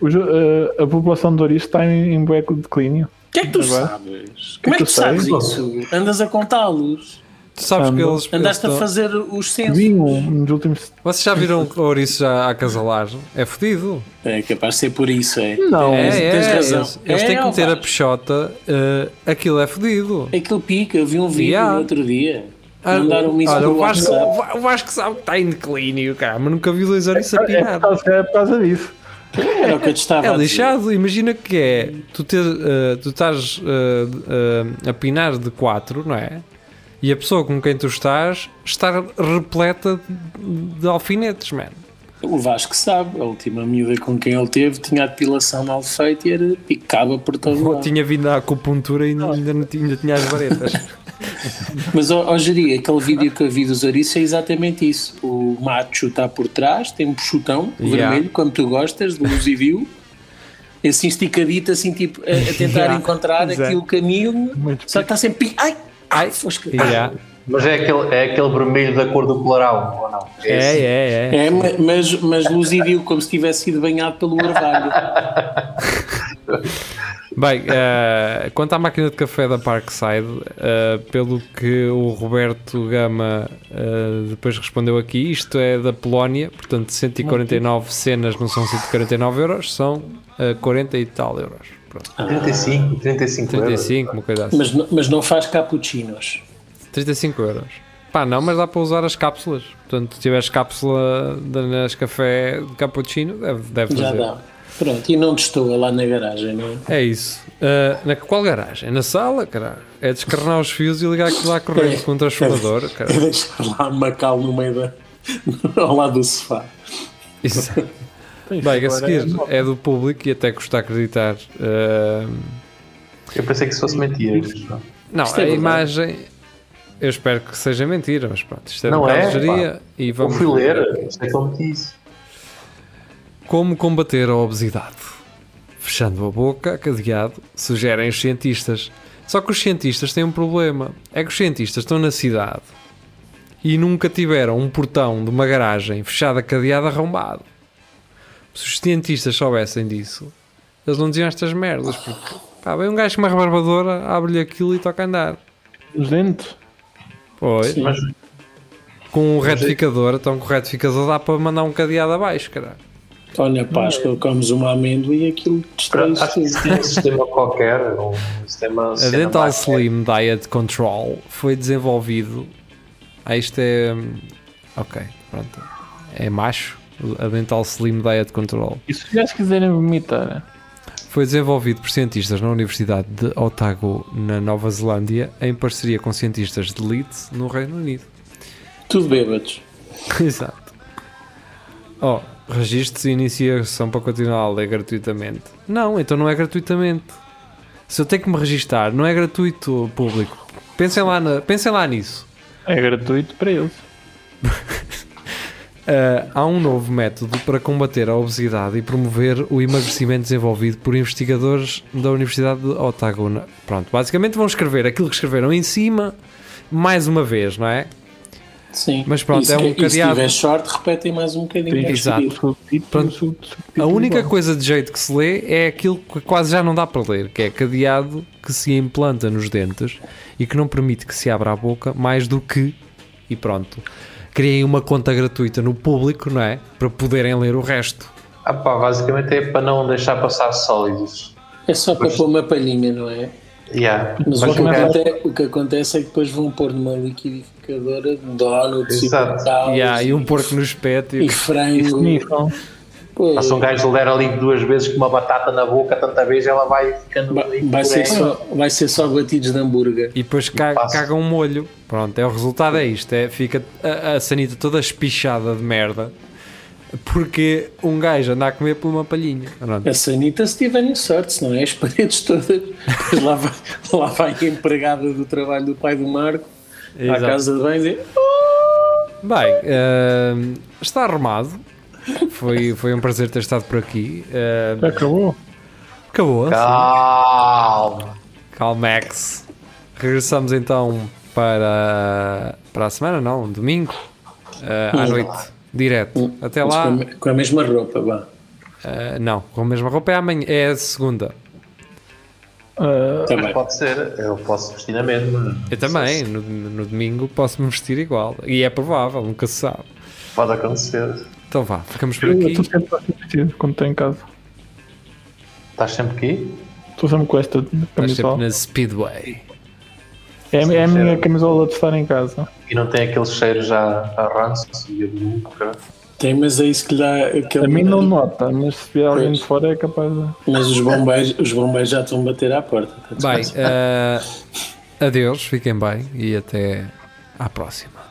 [SPEAKER 2] os- a, a população de ouriços está em, em bueco de declínio.
[SPEAKER 5] o que é que tu
[SPEAKER 2] Agora?
[SPEAKER 5] sabes? Como é
[SPEAKER 2] que
[SPEAKER 5] que tu
[SPEAKER 2] tu
[SPEAKER 5] sabes
[SPEAKER 2] sabes?
[SPEAKER 5] isso? Andas a contá-los?
[SPEAKER 3] Tu sabes que
[SPEAKER 2] Ando.
[SPEAKER 3] eles. eles
[SPEAKER 5] Andaste a
[SPEAKER 3] estão-
[SPEAKER 5] fazer os censos?
[SPEAKER 2] Vinho um nos últimos.
[SPEAKER 3] Vocês já viram ouriços a acasalar? É fodido.
[SPEAKER 5] É capaz de ser por isso, é.
[SPEAKER 2] Não,
[SPEAKER 3] é, é, um
[SPEAKER 5] tens razão.
[SPEAKER 3] Eles, eles
[SPEAKER 5] É,
[SPEAKER 3] têm que meter a
[SPEAKER 5] Alvaro.
[SPEAKER 3] peixota, eh, aquilo é fodido.
[SPEAKER 5] Aquele pica, eu vi um vídeo
[SPEAKER 3] Yeah.
[SPEAKER 5] no outro dia.
[SPEAKER 3] Ah,
[SPEAKER 5] Mandaram-me isso
[SPEAKER 3] olha,
[SPEAKER 5] pelo
[SPEAKER 3] o Vasco,
[SPEAKER 5] WhatsApp.
[SPEAKER 3] o Va- o Vasco sabe que está em declínio, cara, mas nunca vi dois ouriços a
[SPEAKER 2] é,
[SPEAKER 3] pinar.
[SPEAKER 2] por causa- é por causa disso.
[SPEAKER 5] Era o que eu te estava
[SPEAKER 3] É
[SPEAKER 5] a dizer.
[SPEAKER 3] lixado, imagina que é tu, ter, eh, tu estás eh, de- eh, a pinar de 4, não é? E a pessoa com quem tu estás está repleta de, de alfinetes, mano.
[SPEAKER 5] O Vasco sabe, a última miúda com quem ele teve tinha a depilação mal feita e era picava por todo
[SPEAKER 3] Eu
[SPEAKER 5] lado.
[SPEAKER 3] tinha vindo à acupuntura e ainda, ainda não tinha, ainda tinha as varetas.
[SPEAKER 5] Mas, ó, ó Jeri, aquele vídeo que eu vi dos ouriços é exatamente isso. O macho está por trás, tem um chutão
[SPEAKER 3] Yeah.
[SPEAKER 5] vermelho, como tu gostas, de luz e viu, assim esticadito, assim tipo, a, a tentar
[SPEAKER 3] Yeah,
[SPEAKER 5] encontrar
[SPEAKER 3] exato.
[SPEAKER 5] aqui o caminho,
[SPEAKER 2] Muito
[SPEAKER 5] só que está sempre... pi- Ai! Ai, fosca.
[SPEAKER 3] Yeah.
[SPEAKER 4] Mas é aquele, é aquele vermelho da cor do colorau, ou não?
[SPEAKER 3] É,
[SPEAKER 4] esse.
[SPEAKER 3] é, é.
[SPEAKER 5] É, ma- mas, mas luz e viu, como se tivesse sido banhado pelo orvalho.
[SPEAKER 3] Bem, eh, quanto à máquina de café da Parkside, eh, pelo que o Roberto Gama eh, depois respondeu aqui, isto é da Polónia, portanto 149 cenas não são 149 euros, são eh, 40 e tal euros. Pronto,
[SPEAKER 4] 35, 35 euros.
[SPEAKER 3] 35, uma coisa assim.
[SPEAKER 5] Mas, n- mas não faz cappuccinos.
[SPEAKER 3] 35 euros. Pá, não, mas dá para usar as cápsulas. Portanto, se tiveres cápsula da Nescafé de cappuccino, deve, deve
[SPEAKER 5] Já
[SPEAKER 3] fazer.
[SPEAKER 5] dá. Pronto, e não destoa lá na garagem, não é?
[SPEAKER 3] É isso. Ah, na qual garagem? Na sala, caralho. É descarnar os fios e ligar aquilo lá à corrente com um transformador,
[SPEAKER 5] É
[SPEAKER 3] caralho.
[SPEAKER 5] deixar lá Macau no meio da. ao lado do sofá.
[SPEAKER 3] Isso. Bem, a seguir é do público e até custa acreditar. ah,
[SPEAKER 4] Eu pensei que isso fosse mentira.
[SPEAKER 3] não,
[SPEAKER 5] Isto é
[SPEAKER 3] a
[SPEAKER 5] verdade.
[SPEAKER 3] imagem. Eu espero que seja mentira, mas pronto, isto é
[SPEAKER 4] Não
[SPEAKER 3] da
[SPEAKER 4] é,
[SPEAKER 3] Calgeria e
[SPEAKER 4] Eu
[SPEAKER 3] vamos.
[SPEAKER 4] fui ler, é sei que eu meti isso.
[SPEAKER 3] Como combater a obesidade? Fechando a boca, cadeado, sugerem os cientistas. Só que os cientistas têm um problema. É que os cientistas estão na cidade e nunca tiveram um portão de uma garagem fechada, cadeada, arrombado. Se os cientistas soubessem disso, eles não diziam estas merdas. Porque, pá, vem um gajo com uma rebarbadora, abre-lhe aquilo e toca a andar.
[SPEAKER 2] Os dentes.
[SPEAKER 3] Pois.
[SPEAKER 5] Sim.
[SPEAKER 4] Mas
[SPEAKER 3] Com um retificador, então com o retificador dá para mandar um cadeado abaixo, caralho.
[SPEAKER 5] Olha, Páscoa, comes uma amêndoa e aquilo destrói
[SPEAKER 4] acho que isso tem um sistema qualquer, um sistema.
[SPEAKER 3] A
[SPEAKER 4] cena
[SPEAKER 3] Dental
[SPEAKER 4] mais-
[SPEAKER 3] Slim Diet Control foi desenvolvido. Ah, isto é. hum, Ok, pronto. É macho. A Dental Slim Diet Control
[SPEAKER 2] E se os gajos quiserem vomitar? né?
[SPEAKER 3] foi desenvolvido por cientistas na Universidade de Otago, na Nova Zelândia, em parceria com cientistas de Leeds, no Reino Unido.
[SPEAKER 5] Tudo bêbados.
[SPEAKER 3] Exato. Oh, registre-se e inicia a sessão para continuar a ler gratuitamente. Não, então não é gratuitamente. Se eu tenho que me registar, não é gratuito, público. Pensem lá, na- pensem lá nisso.
[SPEAKER 2] É gratuito para eles.
[SPEAKER 3] Ah, há um novo método para combater a obesidade e promover o emagrecimento desenvolvido por investigadores da Universidade de Otago. Na- Pronto, basicamente vão escrever aquilo que escreveram em cima mais uma vez, não é?
[SPEAKER 5] Sim.
[SPEAKER 3] Mas pronto,
[SPEAKER 5] E se-
[SPEAKER 3] é um
[SPEAKER 5] E se
[SPEAKER 3] cadeado.
[SPEAKER 5] tiver short, repetem mais um bocadinho. para
[SPEAKER 3] Exato.
[SPEAKER 5] subir.
[SPEAKER 3] Pronto. A única coisa de jeito que se lê é aquilo que quase já não dá para ler, que é cadeado que se implanta nos dentes e que não permite que se abra a boca mais do que e pronto. Criem uma conta gratuita no público, não é? Para poderem ler o resto.
[SPEAKER 4] Ah pá, basicamente é para não deixar passar sólidos.
[SPEAKER 5] É só para pôr uma palhinha, não é?
[SPEAKER 4] Yeah. um
[SPEAKER 5] Mas o
[SPEAKER 4] Mas
[SPEAKER 5] que,
[SPEAKER 4] não quero-
[SPEAKER 5] acontece, o que acontece é que depois vão pôr numa liquidificadora de donuts
[SPEAKER 4] Exato.
[SPEAKER 5] e tal.
[SPEAKER 3] E há e um porco no espeto.
[SPEAKER 5] e frango.
[SPEAKER 2] então,
[SPEAKER 5] Pois,
[SPEAKER 4] se um gajo ler ali duas vezes com uma batata na boca, tanta vez ela vai ficando.
[SPEAKER 5] vai, vai ser só, vai ser só batidos de hambúrguer.
[SPEAKER 3] E depois ca-
[SPEAKER 4] passa.
[SPEAKER 3] caga um molho. Pronto, é o resultado é isto. É, fica a, a sanita toda espichada de merda. Porque um gajo anda a comer por uma palhinha. Pronto.
[SPEAKER 5] A sanita, se tiverem sorte, se não é as paredes todas. Depois lá vai, lá vai a empregada do trabalho do pai do Marco
[SPEAKER 3] Exato.
[SPEAKER 5] à casa de banho e diz,
[SPEAKER 3] Bem, ahm, está armado. Foi, foi um prazer ter estado por aqui. Ahm,
[SPEAKER 2] Acabou.
[SPEAKER 3] acabou.
[SPEAKER 4] Calma.
[SPEAKER 3] Calmex. Regressamos então para, para a semana, não? Domingo. ah, à noite. Direto. Até
[SPEAKER 5] "Mas
[SPEAKER 3] lá.
[SPEAKER 5] Com, a, com a mesma roupa, vá.
[SPEAKER 3] ah, não, com a mesma roupa é amanhã. É segunda.
[SPEAKER 2] Ah,
[SPEAKER 5] Tá
[SPEAKER 4] Mas
[SPEAKER 5] bem.
[SPEAKER 4] pode ser, eu posso vestir na mesma.
[SPEAKER 3] Eu também, no, no domingo posso me vestir igual. E é provável, nunca se sabe.
[SPEAKER 4] Pode acontecer.
[SPEAKER 3] Então vá, ficamos por
[SPEAKER 2] eu
[SPEAKER 3] aqui.
[SPEAKER 2] estou sempre assim vestido quando estou em casa.
[SPEAKER 4] Estás sempre aqui?
[SPEAKER 2] Estou sempre com esta
[SPEAKER 3] Estás sempre
[SPEAKER 2] camisola.
[SPEAKER 3] na Speedway.
[SPEAKER 2] É, é a minha
[SPEAKER 4] Sincero.
[SPEAKER 2] camisola de estar em casa.
[SPEAKER 4] E não tem aquele cheiro já a ranço assim, e a boca.
[SPEAKER 5] Tem, mas é isso que lhe dá aquele.
[SPEAKER 2] A mim não nota, mas se vier alguém de fora é capaz de.
[SPEAKER 5] Mas os bombeiros, os bombeiros já estão a bater à porta. Tá
[SPEAKER 3] eh, Bem, ah, adeus, fiquem bem e até à próxima.